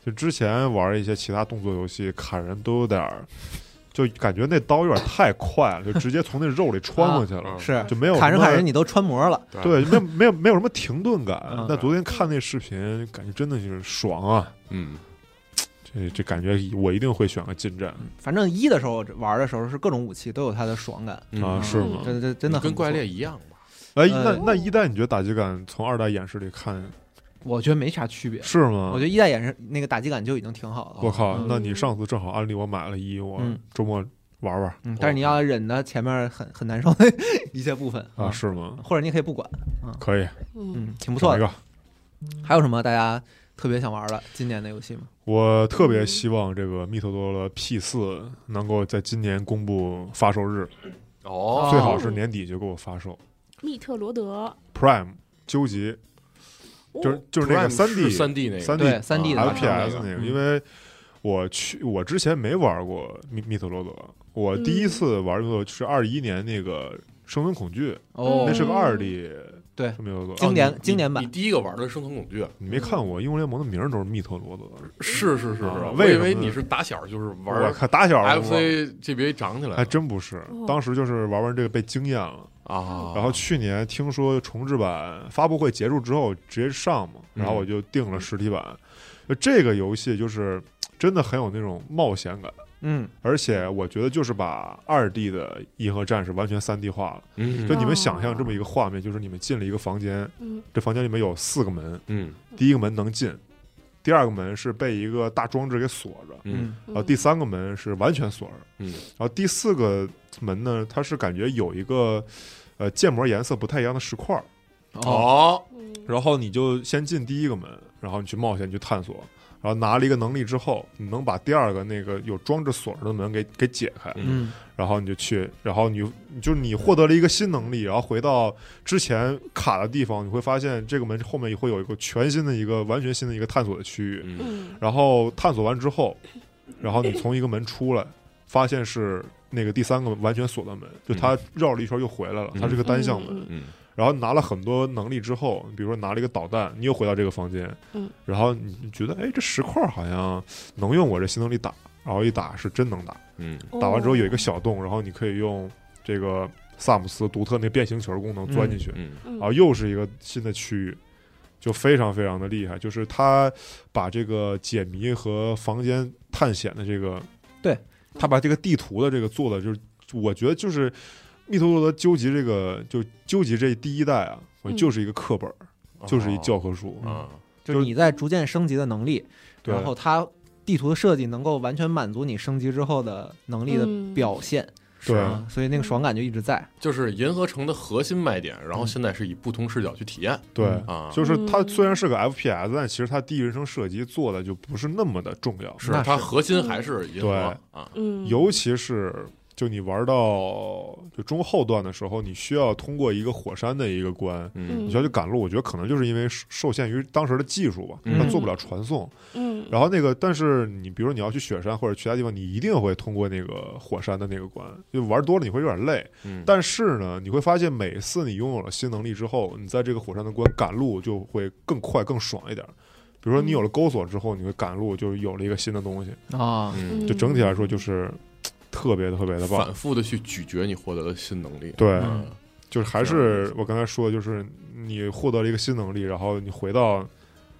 S3: 就之前玩一些其他动作游戏，砍人都有点儿，就感觉那刀有点太快了，就直接从那肉里穿过去了，
S2: 啊
S1: 是
S3: 嗯就没有
S1: 砍着
S3: 什么
S1: 砍着你都穿模了。
S3: 对，没有没有没有什么停顿感
S1: 嗯。
S3: 那昨天看那视频，感觉真的就是爽啊！
S2: 嗯，
S3: 这这感觉我一定会选个近战
S1: 反正一的时候玩的时候是各种武器都有它的爽感，
S3: 啊，
S2: 嗯
S3: 是吗？
S1: 真真真的很
S2: 跟
S1: 不错
S2: 怪猎一样吧？
S3: 哎，
S1: 呃
S3: 那那一代你觉得打击感从二代演示里看
S1: 我觉得没啥区别。
S3: 是吗？
S1: 我觉得一代演示那个打击感就已经挺好了。
S3: 我靠，
S1: 嗯
S3: 那你上次正好安利我买了一，我
S1: 嗯
S3: 周末玩啊玩
S1: 嗯，但是你要忍着前面很很难受的 一些部分嗯
S3: 啊，是吗？
S1: 或者你可以不管，
S3: 可以，
S4: 嗯，
S1: 嗯，挺不错
S3: 整一
S1: 的。
S3: 个。
S1: 还有什么大家特别想玩的今年的游戏吗？
S3: 我特别
S1: 嗯
S3: 希望这个密特多罗 P 四能够在今年公布发售日，
S2: 哦，
S3: 最好是年底就给我发售。
S4: 密特罗德哦
S3: Prime 究极
S1: 哦
S3: 就是就是那个三 D
S2: 三 D 那个
S3: 三 D
S1: 对，三 D 的
S4: 啊
S1: 马上那
S3: FPS
S1: 个
S3: 那个，
S1: 嗯
S3: 因为我去我之前没玩过密密特罗德，我第一次玩密特罗德是二一年那个《生存恐惧》，
S1: 哦
S3: 那是个
S4: 嗯
S3: 二 D
S1: 对
S3: 密特罗德，
S1: 经
S3: 啊
S1: 典
S2: 你
S1: 经典版
S2: 你第一个玩的《生存恐惧》
S3: 你没看过英雄联盟的名儿都是密特罗德，
S2: 是是是是，
S3: 啊
S2: 我
S3: 为
S2: 以
S3: 什么
S2: 为
S3: 呢
S2: 你是打小就是
S3: 我
S2: 玩
S3: 看打小玩
S2: FC GBA 长起来
S3: 还
S2: 的
S3: 真不是
S4: 哦，
S3: 当时就是玩玩这个被惊艳了。
S2: 啊，
S3: 然后去年听说重制版发布会结束之后直接上嘛，
S2: 嗯
S3: 然后我就订了实体版。就这个游戏就是真的很有那种冒险感，
S1: 嗯，
S3: 而且我觉得就是把二 D 的《银河战士》完全三 D 化了。
S2: 嗯
S3: 就你们
S4: 哦
S3: 想象这么一个画面，就是你们进了一个房间，
S4: 嗯
S3: 这房间里面有四个门，
S2: 嗯
S3: 第一个门能进，第二个门是被一个大装置给锁着，
S2: 嗯
S1: 嗯，
S3: 然后哦第三个门是完全锁着，
S2: 嗯
S3: 然后第四个门呢，它是感觉有一个呃建模颜色不太一样的石块儿，
S1: 哦，
S2: 哦
S4: 嗯
S3: 然后你就先进第一个门，然后你去冒险，你去探索，然后拿了一个能力之后，你能把第二个那个有装置锁着的门给给解开，
S1: 嗯
S3: 然后你就去，然后你你就是你获得了一个新能力，然后回到之前卡的地方，你会发现这个门后面也会有一个全新的一个完全新的一个探索的区域，
S2: 嗯
S4: 嗯
S3: 然后探索完之后，然后你从一个门出来，发现是那个第三个完全锁的门，就它绕了一圈又回来了，它是个单向门。
S4: 嗯
S2: 嗯
S3: 然后拿了很多能力之后，比如说拿了一个导弹，你又回到这个房间，
S4: 嗯，
S3: 然后你觉得哎，这石块好像能用我这新能力打，然后一打是真能打，
S2: 嗯
S4: 哦
S3: 打完之后有一个小洞，然后你可以用这个萨姆斯独特那变形球功能钻进去，
S2: 嗯
S4: 嗯
S3: 然后啊又是一个新的区域，就非常非常的厉害，就是他把这个解谜和房间探险的这个，
S1: 对
S3: 他把这个地图的这个做的就是，我觉得就是密特罗德究极这个就究极这第一代啊，我
S4: 嗯
S3: 就是一个课本儿，就是
S1: 哦
S3: 一教科书，
S1: 嗯
S2: 啊
S1: 就是你在逐渐升级的能力，
S3: 对
S1: 然后它地图的设计能够完全满足你升级之后的能力的
S4: 嗯
S1: 表现，
S3: 对
S1: 啊，所以那个爽感就一直在。
S2: 就是银河城的核心卖点，然后现在是以不同视角去体验
S3: 对。
S1: 嗯
S2: 啊，
S3: 嗯就是它
S4: 嗯
S3: 虽然是个 FPS，但其实它第一人称射击做的就不是那么的重要，
S2: 是
S1: 那
S2: 它
S1: 是
S2: 核心还是银河
S3: 对
S2: 啊，
S4: 嗯
S3: 尤其是就你玩到就中后段的时候，你需要通过一个火山的一个关，
S2: 嗯
S3: 你需要去赶路。我觉得可能就是因为受受限于当时的技术吧，
S2: 嗯
S3: 它做不了传送。
S4: 嗯
S3: 然后那个，但是你比如你要去雪山或者其他地方，你一定会通过那个火山的那个关。就玩多了你会有点累，
S2: 嗯，
S3: 但是呢，你会发现每次你拥有了新能力之后，你在这个火山的关赶路就会更快更爽一点。比如说你
S2: 嗯
S3: 有了钩索之后，你会赶路就有了一个新的东西。
S1: 啊，
S2: 嗯
S3: 就整体来说就是特别特别的棒。
S2: 反复的去咀嚼你获得的新能力，
S3: 对，
S1: 嗯
S2: 嗯
S3: 就是还是我刚才说的，就是你获得了一个新能力，然后你回到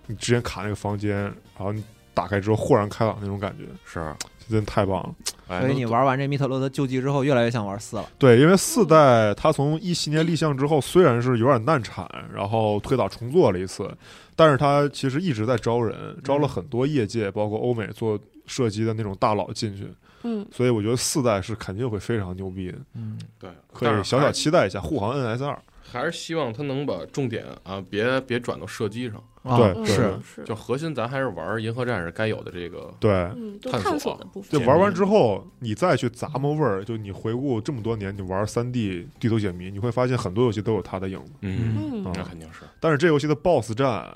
S3: 你之前卡那个房间，然后你打开之后豁然开朗那种感觉，
S2: 是，啊
S3: 真的太棒了。
S2: 哎
S1: 所以你玩完这密特罗德救济之后，越来越想玩四了。
S3: 对，因为四代它从一七年立项之后，虽然是有点难产，然后推倒重做了一次，但是它其实一直在招人，招了很多业界，包括欧美做射击的那种大佬进去，
S4: 嗯
S3: 所以我觉得四代是肯定会非常牛逼的，
S1: 嗯，
S2: 对，
S3: 可以小小期待一下护航 NS 二。
S2: 还是希望他能把重点啊，别别转到射击上，
S1: 啊
S3: 对
S4: 嗯
S1: 是
S4: 是
S2: 就核心咱还是玩银河战士该有的这个，
S3: 对，
S4: 嗯就
S2: 探
S4: 探
S2: 索
S4: 索的部分
S3: 就玩完之后，你再去咂摸味儿，就你回顾这么多年，你玩三 D 地图解谜，你会发现很多游戏都有它的影子。
S2: 嗯，
S4: 嗯
S2: 那肯定是
S3: 但是这游戏的 BOSS 战，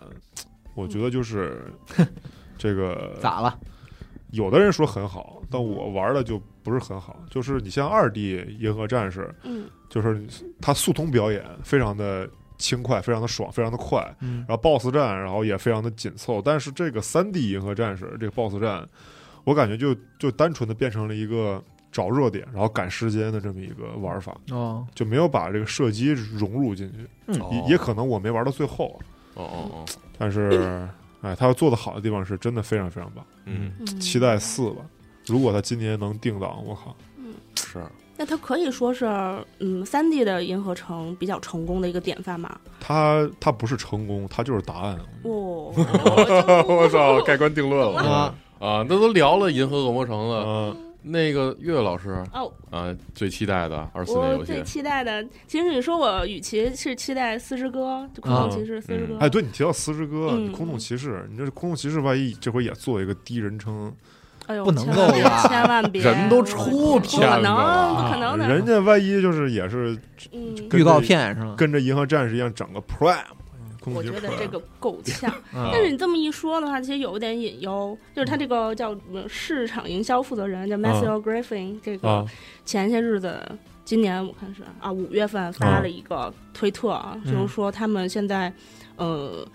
S3: 我觉得就是这个，
S1: 咋了？
S3: 有的人说很好，但我玩的就不是很好。就是你像二 D 银河战士，
S4: 嗯
S3: 就是它速通表演非常的轻快，非常的爽，非常的快。
S1: 嗯，
S3: 然后 BOSS 战，然后也非常的紧凑。但是这个三 D 银河战士这个 BOSS 战，我感觉就就单纯的变成了一个找热点，然后赶时间的这么一个玩法，
S1: 哦，
S3: 就没有把这个射击融入进去。
S1: 嗯
S2: 哦
S3: 也也可能我没玩到最后，
S2: 哦哦哦，
S3: 但是哎，他要做的好的地方是真的非常非常棒。
S2: 嗯，
S4: 嗯
S3: 期待四吧，如果他今年能定档，我靠，
S2: 是
S4: 那它可以说是，嗯，三 D 的银河城比较成功的一个典范嘛。
S3: 他他不是成功，他就是答案。
S4: 哦，
S2: 我 操，盖棺定论
S4: 嗯
S2: 了
S1: 啊
S2: 啊！那都聊了《银河恶魔城》了，
S3: 嗯，
S2: 那个月月老师
S4: 哦，
S2: 啊，最期待的二四年
S4: 我
S2: 游
S4: 最
S2: 戏，
S4: 期待的，其实你说我与其是期待四之歌，就恐
S1: 啊
S4: 龙骑士四之歌，
S2: 嗯
S3: 哎，对你提到四之歌，
S4: 嗯
S3: 你空洞骑士，你这空洞骑士万一这回也做一个第一人称，
S4: 哎呦，
S1: 不能
S4: 千万别
S1: 够吧
S4: 千万别，
S2: 人都出
S4: 不
S2: 片
S4: 可
S2: 子
S4: 能，
S2: 了
S4: 不可能的，
S3: 人家万一就是也是
S4: 嗯，
S3: 跟
S1: 预告
S3: 这
S1: 片是吗？
S3: 跟着银河战士一样整个 Prime，空洞
S4: 我
S3: 骑
S4: 觉
S3: 士
S4: 得这
S3: Prime，
S4: 个够呛。
S1: 啊
S4: 但是你这么一说的话，其实有一点隐忧，就是他这个叫什么市场营销负责人叫 Matthew Griffin，、这个
S3: 啊
S4: 前些日子，今年我看是啊五月份发了一个推特，啊、
S1: 嗯
S4: 就是说他们现在，呃，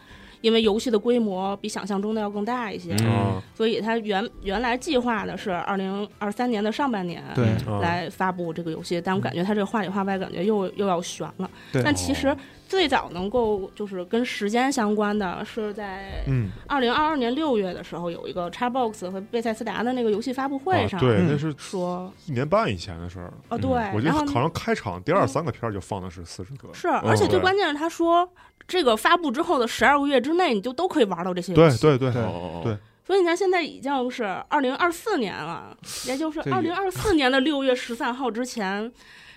S4: 因为游戏的规模比想象中的要更大一些，
S2: 嗯
S3: 啊
S4: 所以他原原来计划的是二零二三年的上半年。
S1: 对，
S3: 啊
S4: 嗯来发布这个游戏，但我感觉他这个话里话外，感觉又又要悬了。
S1: 对
S4: 但其实最早能够就是跟时间相关的是在
S3: 嗯，
S4: 二零二二年六月的时候，有一个 Xbox 和贝塞斯达的那个游戏发布会
S3: 啊
S4: 上、
S3: 对，
S1: 嗯
S3: 那是
S4: 说，
S3: 一年半以前的事儿了。
S4: 哦
S2: 嗯
S4: 对，
S3: 我觉得
S4: 然
S3: 好
S4: 后嗯
S3: 像开场第二三个片儿就放的是四之歌，
S4: 是，而且最
S3: 嗯对
S4: 关键是他说，这个发布之后的十二个月之内，你就都可以玩到这些游
S3: 对
S4: 戏。
S3: 对对，
S1: 对
S2: 哦
S3: 对
S4: 所以你看，现在已经是二零二四年了，也就是
S1: 这也
S4: 二零二四年的六月十三号之前，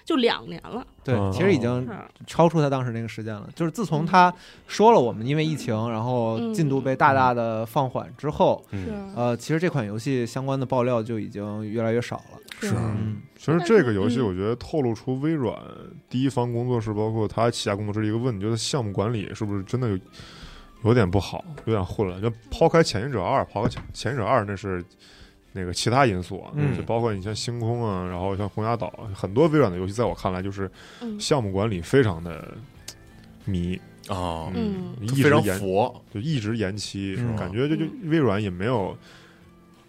S4: 就两年了。
S1: 对，
S3: 嗯
S1: 其实已经
S4: 是，
S1: 超出他当时那个时间了。就是自
S4: 嗯
S1: 从他说了我们因为疫情，然后进度被
S3: 嗯
S1: 大大的放缓之后，
S2: 嗯
S3: 啊
S4: 是
S1: 呃，其实这款游戏相关的爆料就已经越来越少了。
S4: 是
S2: 是
S3: 啊
S1: 嗯，
S3: 其实这个游戏，
S4: 嗯
S3: 我觉得透露出微软第一方工作室，包括它旗下工作室的一个问题，就是项目管理是不是真的有有点不好，有点混乱？就抛开《潜行者二》，抛开潜《潜行者二》，那是那个其他因素啊，
S1: 嗯
S3: 就包括你像星空啊，然后像红崖岛，啊很多微软的游戏，在我看来就是
S4: 嗯
S3: 项目管理非常的迷，
S2: 哦，
S4: 嗯
S3: 一
S2: 非
S3: 直
S2: 常
S3: 延
S2: 佛，
S3: 就一直延期，
S1: 嗯
S3: 感觉就就
S4: 嗯
S3: 微软也没有，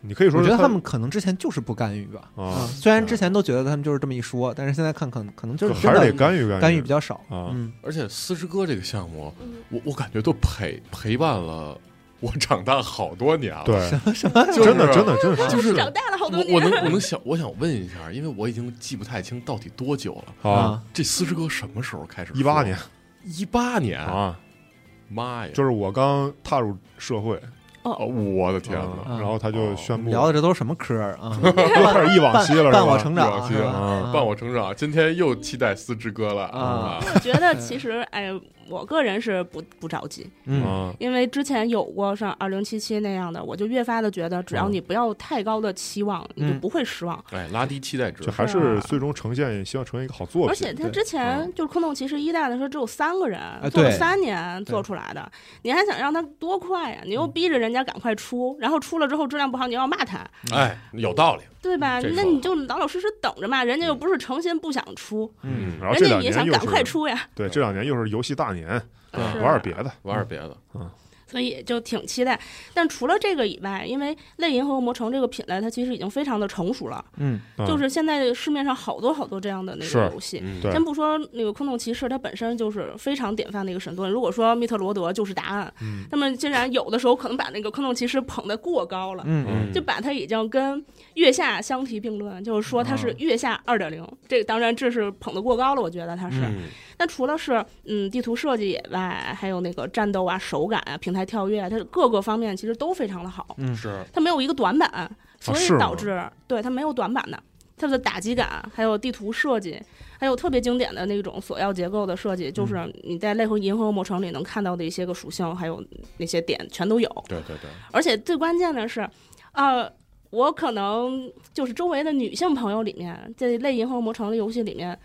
S3: 你可以说
S1: 我
S3: 是
S1: 觉得
S3: 它
S1: 他们可能之前就是不干预吧。
S3: 啊
S1: 嗯，虽然之前都觉得他们就是这么一说，但是现在看可能可能就
S3: 就是还是
S1: 真
S3: 得
S1: 的
S3: 干预
S1: 干预
S3: 预
S1: 比较少。
S3: 啊
S1: 嗯，
S2: 而且四之歌这个项目，
S4: 嗯
S2: 我我感觉都陪陪伴了我长大好多年了。
S3: 对，
S1: 什 么？
S2: 就是
S3: 真的真的啊真的
S2: 就是
S4: 长大了好多
S2: 我
S4: 年。
S2: 我能我能想我想问一下，因为我已经记不太清到底多久了。
S3: 啊，
S1: 啊，
S2: 这四之歌什么时候开始？
S3: 一八年，
S2: 一八年，
S3: 啊，
S2: 妈呀！
S3: 就是我刚踏入社会，
S2: 哦，我的天哪！
S3: 啊然后他就宣布
S1: 聊的这都是什么嗑儿啊？
S3: 又开始忆往昔了，
S1: 伴
S3: 是
S1: 我
S3: 吧
S1: 成
S2: 一
S1: 长，
S2: 往昔
S1: 是吧嗯
S3: 啊
S2: 伴我成长，今天又期待四之歌了嗯
S1: 啊！
S4: 我觉得 其实，哎，我个人是不不着急，
S1: 嗯，
S3: 啊
S4: 因为之前有过像二零七七那样的，我就越发的觉得，只要你不要太高的期望，你就不会失望。
S2: 哎，拉低期待值
S3: 就，还是最终呈现，希望呈现一个好作
S4: 啊而
S3: 品
S4: 且。他
S1: 对
S4: 之前就是《空洞骑士》一代的时候，只有三个人，做
S1: 对
S4: 了三年做出来的，你还想让他多快啊呀、你又逼着人家赶快出，然后出了之后质量不好，你又要骂他，
S2: 哎，有道理。
S4: 对吧？
S2: 这
S4: 那
S2: 说
S4: 你就老老实实等着嘛，人家又不是诚心不想出，
S1: 嗯，
S3: 然后这
S4: 人家
S3: 两
S4: 也
S3: 年
S4: 想
S3: 又
S4: 赶快
S3: 是
S4: 出呀，
S3: 对，这两年又是游戏大年，
S2: 对
S4: 是
S3: 玩点别的。
S2: 玩点别的，
S4: 所以就挺期待。但除了这个以外，因为《类银河恶魔城》这个品类，它其实已经非常的成熟了，
S1: 嗯，
S3: 嗯
S4: 就是现在市面上好多好多这样的那
S3: 是
S4: 个游戏。
S2: 嗯
S3: 对
S4: 先不说那个空洞骑士，它本身就是非常典范的一个神盾。如果说密特罗德就是答案，
S3: 嗯
S4: 那么竟然有的时候可能把那个空洞骑士捧得过高了。
S1: 嗯嗯，
S4: 就把它已经跟月下相提并论，就是说它是月下二点零，这个当然这是捧得过高了，我觉得它是。
S2: 嗯
S4: 那除了是嗯地图设计以外，还有那个战斗啊、手感啊、平台跳跃啊，它各个方面其实都非常的好。
S1: 嗯
S2: 是
S4: 它没有一个短板，所以
S3: 啊是吗
S4: 导致、对它没有短板的。它的打击感，还有地图设计，还有特别经典的那种索要结构的设计，就是
S3: 嗯
S4: 你在《类和银河恶魔城》里能看到的一些个属性，还有那些点全都有。
S2: 对对对，
S4: 而且最关键的是，呃，我可能就是周围的女性朋友里面，在《类银河恶魔城》的游戏里面，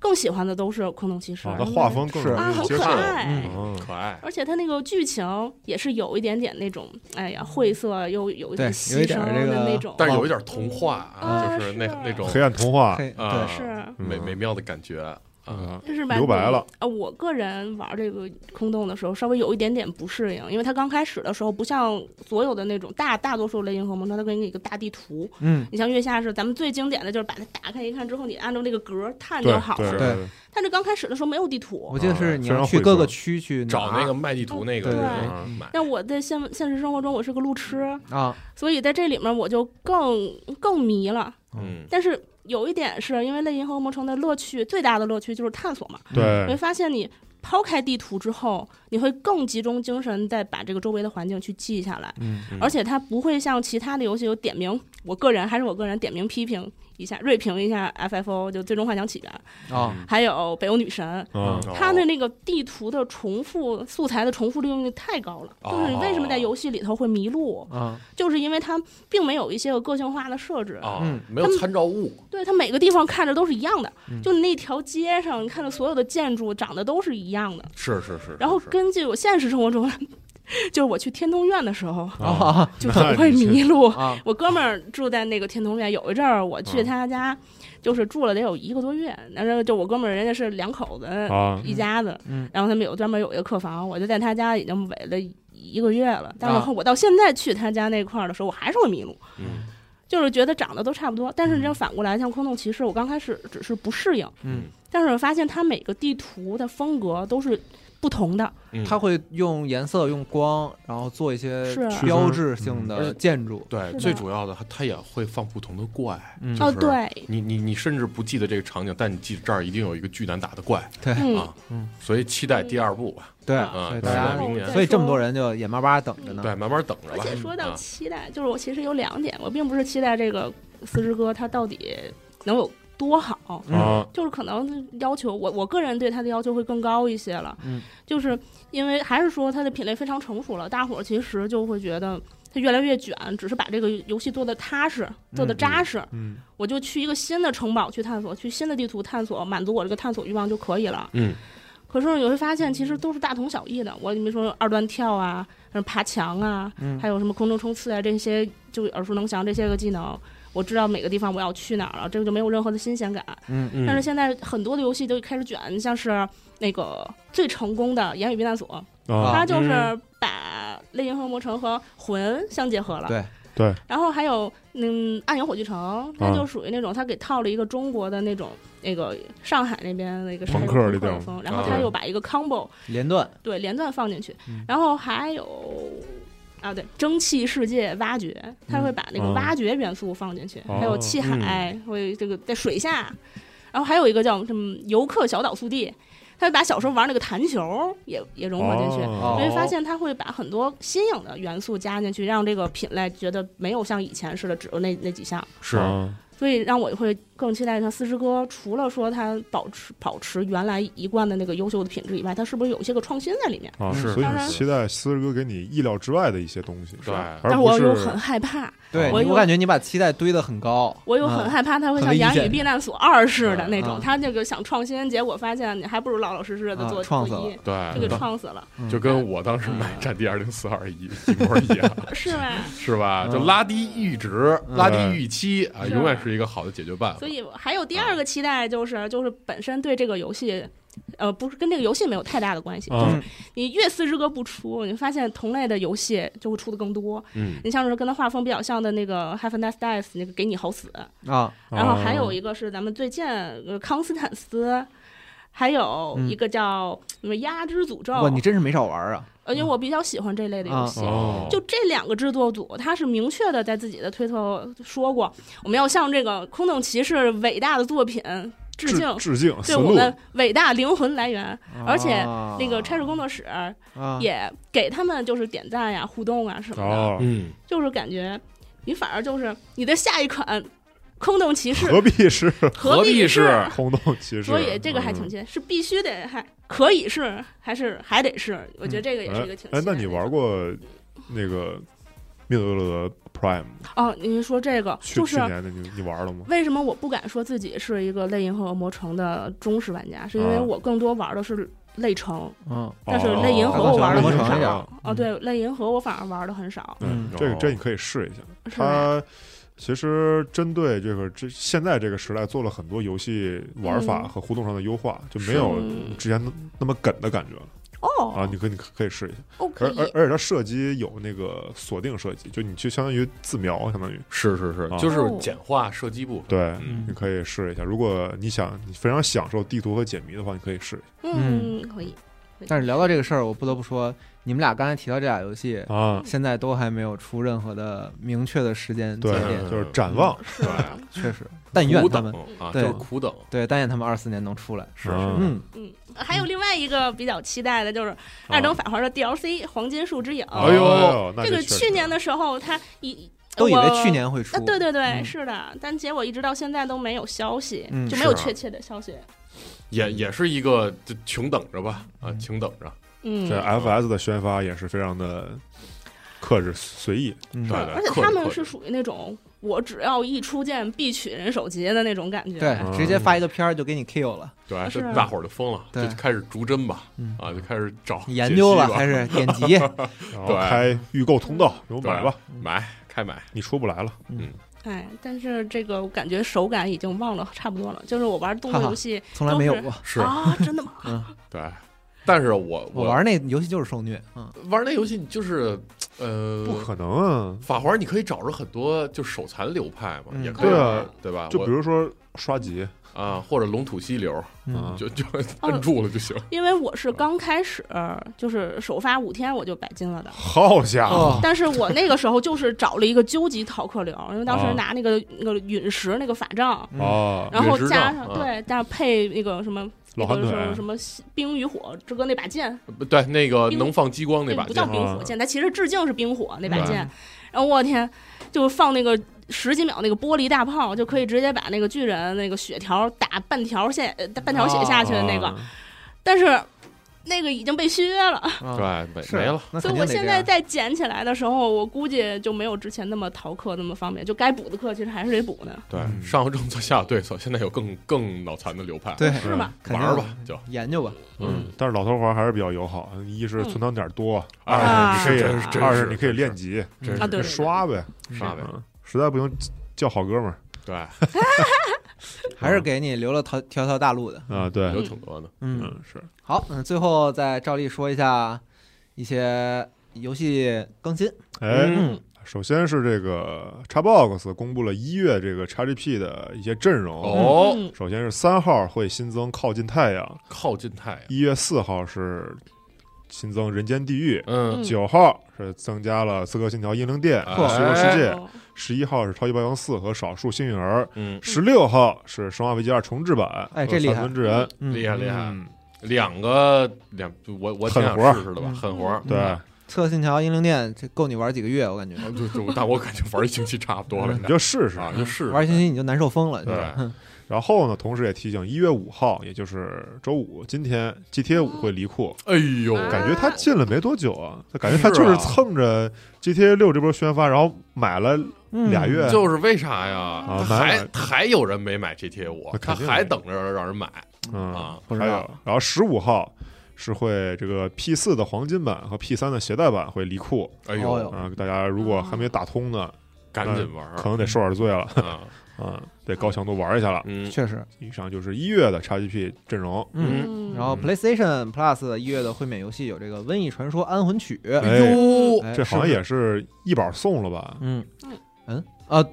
S4: 更喜欢的都是空洞骑士，
S3: 啊，
S4: 因
S3: 它
S4: 为
S3: 画风更
S1: 是
S4: 啊，
S3: 容易
S4: 很
S3: 接
S4: 可
S3: 受。
S4: 爱。
S1: 嗯
S3: 嗯
S2: 可爱。
S4: 而且它那个剧情也是有一点点那种，哎呀，晦涩又有一
S1: 对
S4: 点
S1: 有一
S4: 牺
S1: 点
S4: 牲
S1: 儿
S4: 的
S1: 这个
S4: 那种，
S2: 但是有一点童话，
S4: 啊
S2: 就是那
S4: 是
S2: 那种
S3: 黑暗童话，
S1: 嘿
S2: 啊
S1: 嗯对，
S4: 是
S2: 美
S3: 嗯
S2: 美妙的感觉。
S3: 啊，
S4: 但是吧，
S3: 留白了
S4: 啊，我个人玩这个空洞的时候，稍微有一点点不适应，因为它刚开始的时候不像所有的那种大大多数类银河梦城，它给你一个大地图。
S1: 嗯，
S4: 你像月下是咱们最经典的就是把它打开一看之后，你按照那个格儿探
S3: 对
S4: 就好
S3: 对
S4: 了。
S1: 对
S3: 对
S4: 但是刚开始的时候没有地图，
S1: 我记得
S3: 啊
S1: 是你
S3: 非
S1: 要
S3: 常
S1: 去
S3: 晦
S1: 各
S3: 涩
S1: 个区去
S5: 找
S1: 拿
S5: 那个卖地图那个
S2: 嗯
S1: 对
S5: 人买。
S4: 但我在现现实生活中我是个路痴，
S1: 啊，
S4: 所以在这里面我就更更迷了。
S5: 嗯，
S4: 但是有一点是因为类银河魔城的乐趣最大的乐趣就是探索嘛，
S1: 嗯
S4: 你会
S3: 对，
S4: 发现你抛开地图之后，你会更集中精神再把这个周围的环境去记下来，
S3: 嗯，嗯
S4: 而且它不会像其他的游戏有点名，我个人还是我个人点名批评一下，锐评一下 FFO 就最终幻想起源，
S1: 啊，
S5: 嗯
S4: 还有北欧女神。
S2: 嗯
S3: 啊，
S5: 哦
S4: 它的那个地图的重复、素材的重复利用率太高了，
S5: 哦
S4: 就是你为什么在游戏里头会迷路，
S1: 啊，
S4: 就是因为它并没有一些有个性化的设置。
S2: 哦
S5: 啊
S1: 嗯，
S5: 没有参照物，
S4: 对，它每个地方看着都是一样的，
S1: 嗯
S4: 就那条街上，你看到所有的建筑长得都是一样的。
S5: 是是是。
S4: 然后
S5: 是
S4: 根据我现实生活中， 就是我去天通苑的时候，
S1: 啊
S4: 就总会迷路。
S1: 啊，
S4: 我哥们儿住在那个天通苑，有一阵儿我去
S3: 嗯
S4: 他家，就是住了得有一个多月。然后就我哥们儿人家是两口子，
S3: 啊，
S4: 一家子，
S1: 嗯
S4: 然后他们有专门有一个客房，我就在他家已经围了一个月了。但
S1: 啊
S4: 然后我到现在去他家那块儿的时候，我还是会迷路，
S5: 嗯
S4: 就是觉得长得都差不多。但是这反过来，像空洞骑士，我刚开始只是不适应，
S1: 嗯，
S4: 但是我发现它每个地图的风格都是不同的，
S5: 嗯
S1: 它会用颜色、用光，然后做一些
S4: 是啊
S1: 标志性
S2: 嗯
S5: 而
S1: 的
S5: 且
S1: 建筑。
S5: 对
S4: 是的
S5: 最主要的，它它也会放不同的怪。
S1: 嗯
S4: 哦，
S5: 是哎
S4: 对，
S5: 你你你甚至不记得这个场景，但你记得这儿一定有一个巨难打的怪，
S1: 对
S4: 嗯
S5: 啊，所以期待第二部吧。
S1: 对
S4: 啊
S1: 所以
S5: 嗯
S1: 大
S5: 是
S1: 家
S5: 的，明年
S1: 所以这么多人就眼巴巴等着呢。
S5: 对，慢慢等着
S4: 而
S5: 吧。
S4: 且说到
S5: 啊
S4: 期待，就是我其实有两点，我并不是期待这个四之歌它到底能有多好，
S1: 嗯
S3: 啊，
S4: 就是可能要求我我个人对它的要求会更高一些了。
S1: 嗯，
S4: 就是因为还是说它的品类非常成熟了，大伙儿其实就会觉得它越来越卷，只是把这个游戏做的踏实，做的
S1: 嗯
S4: 扎实。
S3: 嗯，
S4: 我就去一个新的城堡去探索，去新的地图探索，满足我这个探索欲望就可以了。
S5: 嗯。
S4: 可是你会发现，其
S1: 嗯
S4: 实都是大同小异的。我你比如说二段跳啊，嗯爬墙啊，
S1: 嗯
S4: 还有什么空中冲刺啊，这些就耳熟能详这些个技能，我知道每个地方我要去哪儿了，这个就没有任何的新鲜感。
S1: 嗯
S5: 嗯
S4: 但是现在很多的游戏都开始卷，像是那个最成功的《言语避难所》，
S3: 啊，
S4: 它就是把《类银河魔城》和《魂》相结合了。
S1: 对
S3: 对。啊
S4: 然后还有嗯，《暗影火炬城》，它就属于那种它给套了一个中国的那种那个上海那边那个
S3: 朋克
S4: 克
S3: 里边
S4: 的风，然后它
S5: 啊
S4: 又把一个 combo
S1: 连段
S4: 对连段放进去
S1: 嗯，
S4: 然后还有。啊，对，蒸汽世界挖掘，它会把那个
S3: 嗯
S4: 挖掘元素放进去，
S3: 哦
S4: 还有气海，会这个在水下，然后还有一个叫什么游客小岛速递，它会把小时候玩那个弹球也也
S3: 嗯
S4: 融合进去，
S3: 啊
S1: 哦
S4: 你会发现它会把很多新颖的元素加进去，让这个品类觉得没有像以前似的只有那那几项，
S5: 是
S3: 啊
S4: 所以让我会更期待它四之歌。除了说它保持保持原来一贯的那个优秀的品质以外，它是不是有一些个创新在里面？
S3: 啊，
S5: 是
S4: 嗯
S3: 所以
S4: 当
S3: 你
S4: 然
S3: 期待思哥给你意料之外的一些东西，
S5: 对，
S3: 而
S4: 但
S3: 不
S4: 我
S3: 是
S4: 又很害怕，
S1: 对，
S4: 我
S1: 你
S4: 有
S1: 我感觉你把期待堆得很高，
S4: 我又很
S1: 嗯
S4: 害怕它会
S1: 很
S4: 像《
S1: 危
S4: 言语
S1: 险
S4: 避难所二》似的那
S1: 啊
S4: 种，它那个想创新，结果发现你还不如老老实实
S1: 啊
S4: 的做
S1: 创
S4: 做
S1: 死了
S4: 一，就
S5: 对，
S4: 给创 死了，
S1: 嗯
S5: 就跟我当时买《战地二零四二》一一模一样，
S4: 是吧？
S5: 是吧？
S1: 嗯
S5: 就拉低阈值，
S1: 嗯
S5: 拉低预期啊，
S4: 是
S5: 永远是一个好的解决办法。
S4: 所以还有第二个期待就是，就是本身对这个游戏，呃，不是跟这个游戏没有太大的关系。
S3: 啊
S4: 就是你越四之歌不出，你发现同类的游戏就会出的更多。
S5: 嗯，
S4: 你像是跟它画风比较像的那个《Have a Nice Death》，那个给你好死。
S1: 啊，
S4: 然后还
S3: 啊
S4: 有一个是咱们最近呃康斯坦斯。还有一个叫什么《压之诅咒
S1: 哇，你》，真是没少玩啊！
S4: 呃，因为我比较喜欢这类的游戏，
S3: 哦，
S4: 就这两个制作组，他是明确的在自己的推特说过，我们要向这个《空洞骑士》伟大的作品致敬，
S3: 致敬，
S4: 对
S3: 思
S4: 我
S3: 路
S4: 们伟大灵魂来源。而且那个
S1: 差
S4: 差事工作室
S1: 啊，
S4: 也给他们就是点赞呀、互动啊什么
S1: 哦
S4: 的，
S3: 啊，
S5: 嗯，
S4: 就是感觉你反而就是你的下一款《空洞骑士
S3: 何》必是
S5: 何必
S4: 是？
S5: 是？
S3: 空洞嗯骑士？
S4: 所以这个还挺期待，是必须得还可以是，还是还得是？我觉得这个也是一个挺
S3: 哎。哎，那你
S4: 期待的
S3: 玩过那个命运乐德 Prime
S4: 哦？您说这个
S3: 去
S4: 就是啊
S3: 去年的你你玩了吗？
S4: 为什么我不敢说自己是一个《类银河恶魔城》的忠实玩家，是因为
S3: 啊
S4: 我更多玩的是类城，
S1: 嗯
S4: 但是类银河我玩的
S1: 哦
S4: 很
S1: 哦哦
S4: 少
S1: 哦。
S3: 嗯
S4: 哦，对，类银河我反而玩的很少，
S1: 嗯
S3: 这个这你可以试一下。
S4: 是吧？
S3: 它其实针对这个这现在这个时代做了很多游戏玩法
S4: 嗯
S3: 和互动上的优化，就没
S2: 是
S3: 有
S4: 嗯
S3: 之前那那么梗的感觉了啊！
S4: 哦
S3: 你可以你可可以试一下，
S4: ，OK，
S3: 而而而且它射击有那个锁定射击，就你就相当于自瞄，相当于
S2: 是是是
S1: 哦
S3: 啊，
S2: 就是
S4: 哦
S2: 简化射击部分。
S3: 对。
S1: 嗯
S3: 你可以试一下，如果你想你非常享受地图和解谜的话，你可以试一
S4: 嗯，可 以，
S1: 但是聊到这个事儿，我不得不说，你们俩刚才提到这俩游戏，
S3: 下啊。
S1: 现在都还没有出任何的明确的时间节
S3: 对
S1: 点，，
S3: 就是展望，
S4: 是吧，
S1: 确实，但愿
S2: 苦
S1: 他
S2: 等
S1: 们
S2: 啊，就
S1: 对
S2: 是苦等，
S1: 对，但愿他们二四年能出来。
S2: 是
S3: 嗯
S1: 嗯，
S4: 嗯，还有另外一个比较期待的就是《二等法环》的 DLC《黄金树之影》，
S3: 啊哎呦，那
S4: 哦这个
S3: 确
S4: 去
S3: 实
S4: 年的时候它一
S1: 都以为
S4: 我
S1: 去年会出
S4: 啊，，对对对，
S1: 嗯
S4: 是的，但结果一直到现在都没有消息，
S1: 嗯
S4: 就没有
S2: 是啊
S4: 确切的消息。
S2: 也也是一个就穷等着吧，啊，
S1: 嗯
S2: 穷等着，
S4: 嗯，
S3: 这 FS 的宣发也是非常的克制随意，
S1: 嗯
S2: 对
S4: 而且
S2: 克
S4: 他
S2: 制
S4: 们
S2: 克
S4: 是属于那种我只要一出剑必取人手机的那种感觉。
S1: 对，直接发一个片儿就给你 kill 了，
S2: 对，
S4: 是
S2: 这
S4: 啊
S2: 大伙儿就疯了，
S1: 对
S2: 就开始逐帧吧
S1: 嗯，
S2: 啊，就开始找
S1: 你研究了
S2: 解析吧
S1: 还是点击，
S3: 然后
S2: 对
S3: 开预购通道，给我买吧，
S2: 买开买，
S3: 你出不来了。
S4: 哎，但是这个我感觉手感已经忘了差不多了。就是我玩动作
S1: 哈哈
S4: 游戏
S1: 从来没有过。
S2: 是
S4: 啊，真的吗？
S2: 对，但是我
S1: 我玩那游戏就是受虐，嗯，
S2: 玩那游戏就是呃，
S3: 不可能啊！
S2: 法环你可以找着很多就手残流派嘛，
S1: 嗯
S2: 也可以
S3: 对啊，
S2: 对吧？
S3: 就比如说刷级
S2: 我啊，或者龙吐息流，
S1: 嗯
S3: 啊，
S2: 就就
S4: 哦
S2: 摁住了就行。
S4: 因为我是刚开始，就是首发五天我就百金了的。
S3: 好家伙，
S1: 哦，
S4: 但是我那个时候就是找了一个究极逃课流，因为当时
S3: 啊
S4: 拿那个那个陨石那个法杖，
S1: 嗯
S3: 哦，
S4: 然后
S2: 陨石
S4: 加
S2: 杖
S4: 上
S2: 啊
S4: 对，加上配那个什么那
S3: 老寒
S4: 个
S3: 腿啊
S4: 什么什么西冰与火之歌那把剑，
S2: 不对，那个
S4: 冰
S2: 能放激光那把
S4: 不
S2: 剑
S4: 叫，冰火
S3: 啊
S4: 剑，它其实致敬是冰火那把
S2: 对
S4: 剑。然后我天，就放那个十几秒那个玻璃大炮，就可以直接把那个巨人那个血条打半条线，呃半条血下去的
S2: 哦
S4: 那个。
S3: 啊
S4: 但是那个已经被削了，
S1: 啊
S2: 对，没
S1: 是
S2: 没了。，
S1: 那
S4: 所
S1: 肯定
S4: 以我
S1: 得
S4: 现
S1: 这
S4: 在
S1: 样
S4: 再捡起来的时候，我估计就没有之前那么逃课那么方便，就该补的课其实还是得补呢，
S2: 对，
S3: 嗯
S2: 上有政策，下有对策， 现在有更更脑残的流派，
S1: 对
S4: 是吧？
S1: 肯
S2: 玩
S1: 定
S2: 儿吧，就
S1: 研究吧，
S3: 嗯，但是老头环还是比较友好，一是存档点多，
S2: 嗯
S3: 二
S4: 啊
S3: 是你可
S2: 真是真
S3: 以，
S2: 是
S3: 二是你可
S2: 真
S3: 以
S2: 是
S3: 练级，
S1: 嗯
S2: 真
S4: 啊，
S2: 是
S4: 对，对对
S3: 刷呗，
S2: 刷呗，
S3: 嗯实在不行叫好哥们儿
S2: 对，
S1: 还是给你留了条条条大路的，
S3: 啊，对，
S2: 嗯有挺多的。
S1: 嗯，
S3: 嗯，是
S1: 好，嗯，最后再照例说一下一些游戏更新，
S3: 哎，
S1: 嗯
S3: 首先是这个 Xbox 公布了一月这个 XGP 的一些阵容
S2: 哦，
S4: 嗯
S3: 首先是三号会新增靠近太阳，
S2: 靠近太阳，
S3: 一月四号是新增人间地狱，
S2: 嗯，
S3: 九、号是增加了刺客信条英灵殿、
S2: 哎
S3: 虚构世界，
S4: 哦
S3: 十一号是超级霸王四和少数幸运儿，
S2: 嗯，
S3: 十六号是生化危机二重置版，
S1: 哎这厉害
S3: 和三村之人，
S1: 嗯
S2: 厉害厉害，
S3: 嗯
S2: 两个两，我我挺
S3: 狠
S2: 想
S3: 活儿
S2: 试试的吧，
S1: 嗯
S2: 狠活儿，
S3: 对
S1: 嗯，测信条英灵殿，这够你玩几个月，我感觉。
S2: 啊就就，但我感觉玩一星期差不多了，
S3: 你嗯就试试。
S2: 啊，就试试
S1: 玩一星期你就难受疯了，
S3: 对
S1: 就是哼
S3: 然后呢，同时也提醒，一月五号，也就是周五，今天 GTA 五会离库，
S1: 哦
S2: 哎呦，
S4: 啊
S3: 感觉他进了没多久啊，感觉他
S2: 是
S3: 就
S2: 啊
S3: 是蹭着 GTA 六这波宣发，然后买了
S1: 嗯
S3: 俩月，
S2: 啊就是为啥呀？他
S3: 啊买
S2: 还还有人没买 GTA 五
S3: 那，
S2: 他
S3: 肯定
S2: 还等着让人买
S3: 嗯，
S2: 啊！
S1: 不知
S3: 还有
S1: 道，，
S3: 然后十五号是会这个 P 四的黄金版和 P 三的携带版会离库
S2: 哎
S1: 哦
S2: 呦
S1: 哟，
S3: 啊，大家如果还没打通呢，
S2: 赶紧玩
S1: 哦
S3: 嗯可能得受点罪了
S2: 啊！
S3: 啊，得高强度玩一下了。
S2: 嗯，
S1: 确实，
S3: 以上就是一月的 XGP 阵容，
S1: 嗯。
S4: 嗯
S1: 然后 PlayStation Plus 一月的会免游戏有这个《瘟疫传说：安魂曲》，
S3: 哎
S2: 哟，
S1: 哎
S3: 这好像，
S1: 是
S3: 也是一宝送了吧？
S1: 嗯
S4: 嗯
S1: 嗯啊，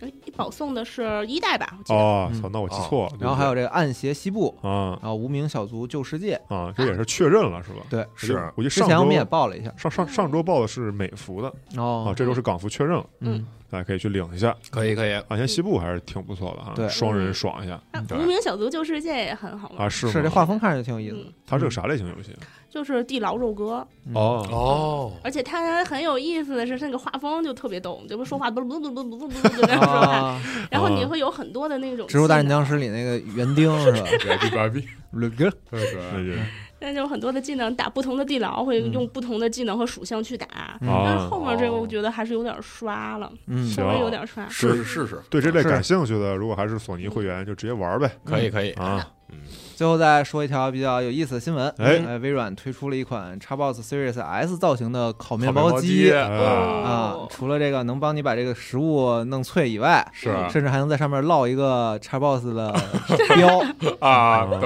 S4: 哎保送的是一代吧，我记得。
S3: 哦，
S1: 嗯
S3: 操，那我记错了。
S1: 然后还有这个《暗邪西部》，
S3: 啊
S1: 啊，《无名小卒救世界》，
S3: 啊，这也是确认了是吧？
S1: 对，
S2: 是
S3: 我就
S1: 之
S3: 上
S1: 前我们也
S3: 周
S1: 报了一下，
S3: 上上上周报的是美服的啊，
S1: 哦，
S3: 这周是港服确认了，
S1: 嗯，
S3: 大家可以去领一下。
S2: 可以可以，
S3: 啊，现在西部还是挺不错的啊，
S1: 对
S3: 双人爽一下
S4: 啊
S2: 对
S4: 无名小卒救世界也很好玩，
S3: 啊，是吗
S1: 是这画风看着挺有意思
S4: 嗯，
S3: 它是个啥类型游戏？啊
S4: 就是地牢肉鸽，
S1: 嗯，
S3: 哦，
S2: 哦，
S4: 而且它很有意思的是，那个画风就特别逗，就不说话，不不不不不不不就那样 说话，
S1: 啊，
S4: 然后你会有很多的那种
S1: 《植物大战
S4: 技能
S1: 僵尸》里那个园丁是吧？
S2: 对，第八 B，
S1: 鲁哥，
S3: 哎
S2: 对对，
S3: 那
S4: 那就有很多的技能打不同的地牢，会
S1: 嗯
S4: 用不同的技能和属性去打。
S1: 嗯
S4: 但是
S3: 啊，
S4: 后面这个我觉得还是有点刷了，
S1: 嗯
S3: 行
S4: 稍微有点刷。
S2: 试试试试，
S3: 对这类
S1: 是
S3: 感兴趣的，如果还是索尼会员，就直接玩呗
S5: 可以可
S2: 嗯
S5: 以，
S3: 啊。
S1: 最后再说一条比较有意思的新闻，
S3: 哎
S1: 呃，微软推出了一款 Xbox Series S 造型的烤面
S3: 烤面包
S1: 机
S3: 哎
S1: 啊
S4: 哦，，
S1: 除了这个能帮你把这个食物弄脆以外，
S5: 是
S3: 啊
S1: 甚至还能在上面烙一个 Xbox 的标
S5: 啊，
S1: 嗯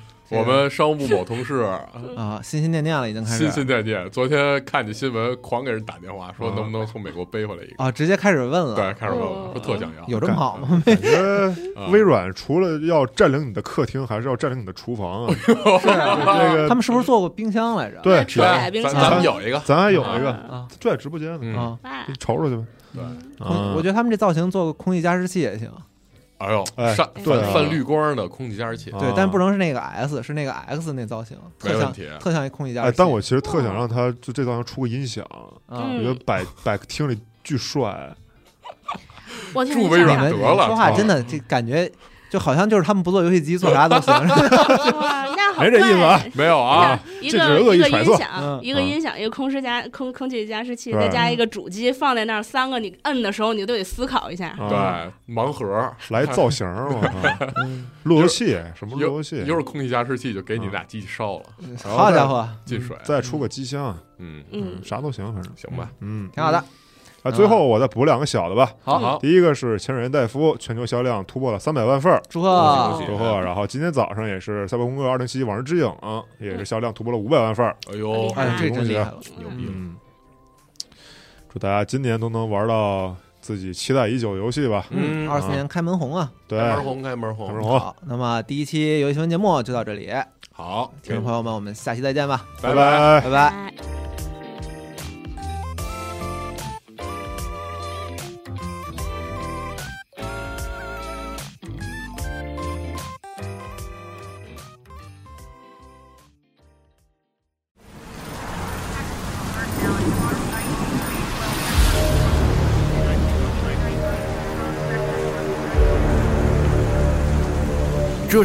S5: 对，我们商务部某同 事呃
S1: 啊，心心念念了，已经开
S5: 心
S1: 始
S5: 心念念，昨天看见新闻，狂给人打电话说
S3: 啊
S5: 能不能从美国背回来一个，
S1: 啊，直接开始问
S3: 嗯
S5: 对，
S1: 了，
S5: 开始问我说特想要，
S1: 有这么好吗？
S3: 感觉
S5: 啊
S3: 微软除了要占领你的客厅，还是要占领你的 厨房啊！这
S1: 他
S3: 个
S1: 们是不是做过冰箱来着？
S3: 对，
S4: 吃
S5: 咱
S4: 改冰
S5: 咱咱
S4: 箱
S5: 们有一个，
S3: 咱还有一个，
S1: 啊
S3: 就在直播间呢，
S5: 嗯，
S1: 啊，
S4: 哎
S3: 你瞅瞅去呗。
S5: 对
S1: 空
S3: 啊
S1: 我觉得他们这造型做个空气加湿器也行，
S5: 哎呦，
S3: 哎
S5: 泛
S3: 对
S5: 泛
S3: 啊
S5: 泛绿光的空气加湿器，
S3: 啊
S1: 对，但不能是那个 S，是那个 X 那造型，
S5: 没
S1: 特像
S5: 问题
S1: 特像一空气加湿
S3: 哎，
S1: 器。
S3: 但我其实特想让他就这造型出个音响，
S1: 啊，
S3: 我
S4: 嗯
S3: 觉得摆摆厅里巨帅。
S4: 我天，
S5: 住
S4: 你
S5: 微
S4: 想
S1: 你
S5: 软
S1: 们
S5: 得
S1: 你
S5: 了
S1: 们说话
S5: 操
S1: 真的这感觉就好像就是他们不做游戏机做啥都行，
S4: 想哇，那好
S3: 没这意思啊
S4: 怪
S5: 没有啊，
S4: 一
S3: 这只是
S4: 个
S3: 恶
S4: 一
S3: 意
S4: 个
S3: 揣
S4: 音
S3: 测
S1: 嗯
S4: 响，一个音响，一个空气加空空气加湿器，
S3: 对
S4: 再加一个主机放在那儿，三个你摁的时候，你都得思考一下。
S5: 对
S3: 啊，，
S5: 盲盒，
S3: 来造型儿嘛，啊路由器什么路由器
S5: 一，会儿空气加湿器就给你
S3: 啊
S5: 俩机器烧了，
S1: 好家伙，
S3: 嗯
S5: 进水，
S3: 再出个机箱，
S5: 嗯，
S4: 嗯，
S3: 啥都行，反正
S5: 行吧，
S3: 嗯。
S1: 挺好的。嗯
S3: 啊，最后我再补两个小的吧。
S1: 好
S5: 好，
S3: 第一个是《千人戴夫》，全球销量突破了三百万份儿，
S1: 祝
S5: 恭
S1: 贺
S5: 喜恭喜
S3: 祝贺！然后今天早上也是《赛博朋克2077：往日之影》啊也是销量突破了五百万份儿。
S5: 哎呦，
S1: 哎，这
S3: 恭
S1: 真
S3: 喜
S1: 厉
S3: 啊
S1: 害了，
S5: 牛
S4: 嗯
S5: 逼了，
S3: 嗯，祝大家今年都能玩到自己期待已久的游戏吧。
S5: 嗯
S1: 二四年开门红啊！
S3: 对，
S5: 开门
S2: 嗯
S5: 红，开门
S3: 开门
S5: 红，
S3: 红，啊
S1: 好，那么第一期游戏新闻节目就到这里，
S5: 好，
S1: 听
S2: 嗯
S1: 众朋友们，我们下期再见吧，
S5: 拜拜。
S3: 拜
S1: 拜拜。
S4: 哎
S6: 这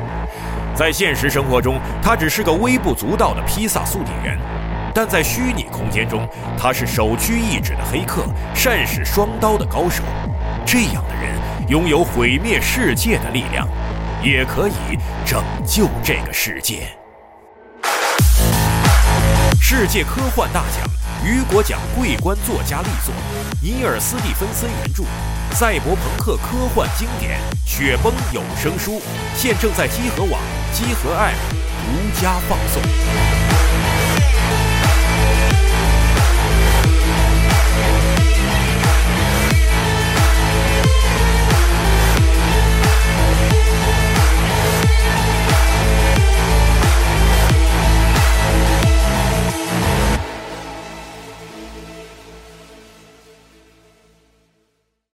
S6: 在现实生活中，它只是个微不足道的披萨速递员；但在虚拟空间中，他是首屈一指的黑客，善使双刀的高手。这样的人拥有毁灭世界的力量，也可以拯救这个世界。世界科幻大奖雨果奖桂冠作家力作，尼尔·斯蒂芬森原著，赛博朋克科幻经典《雪崩》有声书，现正在积禾网、积禾 App 独家放送。